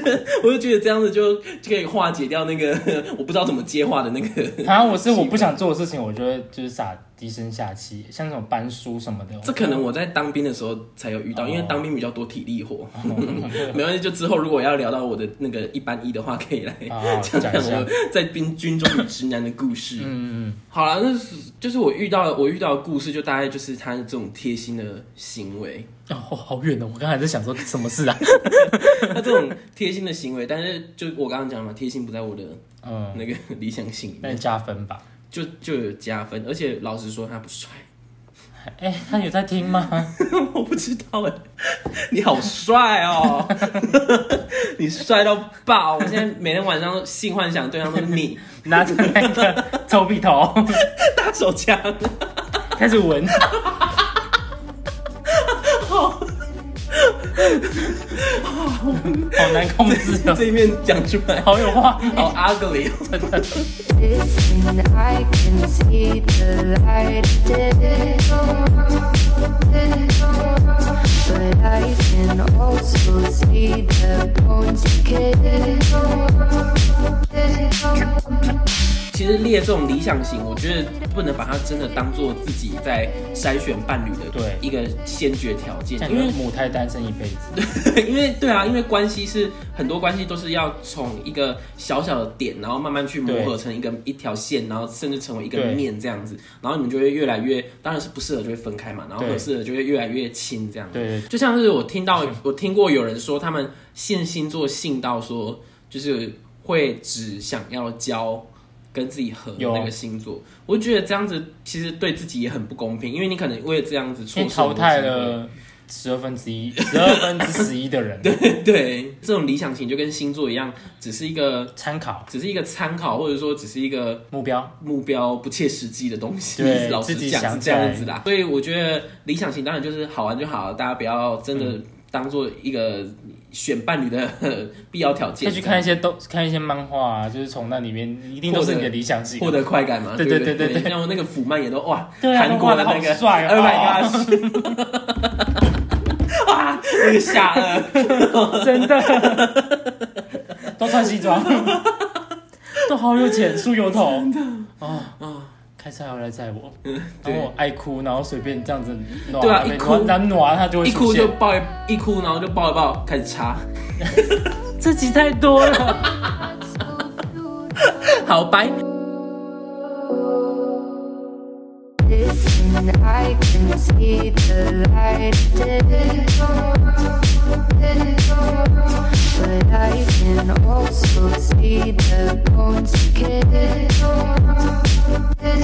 [SPEAKER 1] 我就觉得这样子就就可以化解掉那个 我不知道怎么接话的那个，
[SPEAKER 2] 然后我是我不想做的事情，我就会就是撒低声下气，像那种搬书什么的。
[SPEAKER 1] 这可能我在当兵的时候才有遇到，因为
[SPEAKER 2] 哦
[SPEAKER 1] 当兵比较多体力活，没关系，就之后如果要聊到我的那个一般一的话，可以来
[SPEAKER 2] 好好
[SPEAKER 1] 讲
[SPEAKER 2] 讲
[SPEAKER 1] 讲
[SPEAKER 2] 一 下
[SPEAKER 1] 我在兵军中与直男的故事。
[SPEAKER 2] 嗯嗯嗯，
[SPEAKER 1] 嗯好了，那是就是我遇到我遇到的故事，就大概就是他这种贴心的行 为，
[SPEAKER 2] 哦，好远哦！我刚才在想说什么事啊？
[SPEAKER 1] 他这种贴心的行为，但是就我刚刚讲嘛，贴心不在我的
[SPEAKER 2] 嗯，
[SPEAKER 1] 那个理想型里
[SPEAKER 2] 那
[SPEAKER 1] 面，
[SPEAKER 2] 你加分吧。
[SPEAKER 1] 就就有加分。而且老实说，他不帅，
[SPEAKER 2] 哎、他有在听吗？
[SPEAKER 1] 我不知道哎，你好帅哦， 你帅到爆！我现在每天晚上性幻想对象都是你，
[SPEAKER 2] 拿着 那 个臭屁头
[SPEAKER 1] 大手枪，
[SPEAKER 2] 开始闻，好难控制哦，
[SPEAKER 1] 这一面讲出来，
[SPEAKER 2] 好有画面，
[SPEAKER 1] 好 ugly 哦。
[SPEAKER 2] 真的。
[SPEAKER 3] Listen, I can see the light of day. But I can also see the bones decay.
[SPEAKER 1] 其实列这种理想型，我觉得不能把它真的当做自己在筛选伴侣的
[SPEAKER 2] 对
[SPEAKER 1] 一个先决条件，
[SPEAKER 2] 像
[SPEAKER 1] 因
[SPEAKER 2] 你
[SPEAKER 1] 为
[SPEAKER 2] 母胎单身一辈子，
[SPEAKER 1] 因为 对啊，因为关系是很多关系都是要从一个小小的点，然后慢慢去磨合
[SPEAKER 2] 对
[SPEAKER 1] 成一个一条线，然后甚至成为一个
[SPEAKER 2] 对
[SPEAKER 1] 面这样子，然后你们就会越来越，当然是不适合就会分开嘛，然后
[SPEAKER 2] 对
[SPEAKER 1] 合适的就会越来越亲这样子。
[SPEAKER 2] 对，
[SPEAKER 1] 就像是我听到我听过有人说，他们信星座信到说，就是会只想要交跟自己合的
[SPEAKER 2] 有
[SPEAKER 1] 那个星座，我就觉得这样子其实对自己也很不公平，因为你可能为了这样子错
[SPEAKER 2] 先
[SPEAKER 1] 失
[SPEAKER 2] 淘汰
[SPEAKER 1] 很多机会。
[SPEAKER 2] 了十二分之一、十二分之十一的人，
[SPEAKER 1] 对，这种理想型就跟星座一样，只是一个
[SPEAKER 2] 参考
[SPEAKER 1] 只是一个参考，或者说只是一个
[SPEAKER 2] 目标。
[SPEAKER 1] 目标不切实际的东西，
[SPEAKER 2] 对
[SPEAKER 1] 老实
[SPEAKER 2] 自己
[SPEAKER 1] 讲是
[SPEAKER 2] 想
[SPEAKER 1] 这样子啦。所以我觉得理想型当然就是好玩就好，大家不要真的
[SPEAKER 2] 嗯
[SPEAKER 1] 当做一个选伴侣的 呵必要条件，
[SPEAKER 2] 再去看一些都看一些漫画啊，就是从那里面一定都是你的理想型。
[SPEAKER 1] 获得快感嘛。
[SPEAKER 2] 对
[SPEAKER 1] 对
[SPEAKER 2] 对
[SPEAKER 1] 不
[SPEAKER 2] 对对
[SPEAKER 1] 对，像我那个腐漫也都哇，
[SPEAKER 2] 对啊
[SPEAKER 1] 韩国的那
[SPEAKER 2] 都画得
[SPEAKER 1] 个
[SPEAKER 2] 好帅啊哦
[SPEAKER 1] Oh my God！啊，那个下颚，
[SPEAKER 2] 真的， 都穿西装， 都好有钱，梳油头，啊
[SPEAKER 1] 啊
[SPEAKER 2] 啊！开车还要来载我，然
[SPEAKER 1] 嗯对
[SPEAKER 2] 后我爱哭，然后随便这样子暖，
[SPEAKER 1] 对啊
[SPEAKER 2] 被
[SPEAKER 1] 一哭
[SPEAKER 2] 暖男暖他就 会
[SPEAKER 1] 一
[SPEAKER 2] 出
[SPEAKER 1] 哭
[SPEAKER 2] 现
[SPEAKER 1] 就抱一，一哭然后就抱一抱，开始擦。
[SPEAKER 2] 这集太多了，
[SPEAKER 1] 好，拜。
[SPEAKER 3] Listen, and I can see the light of day. But I can also see the bones decay.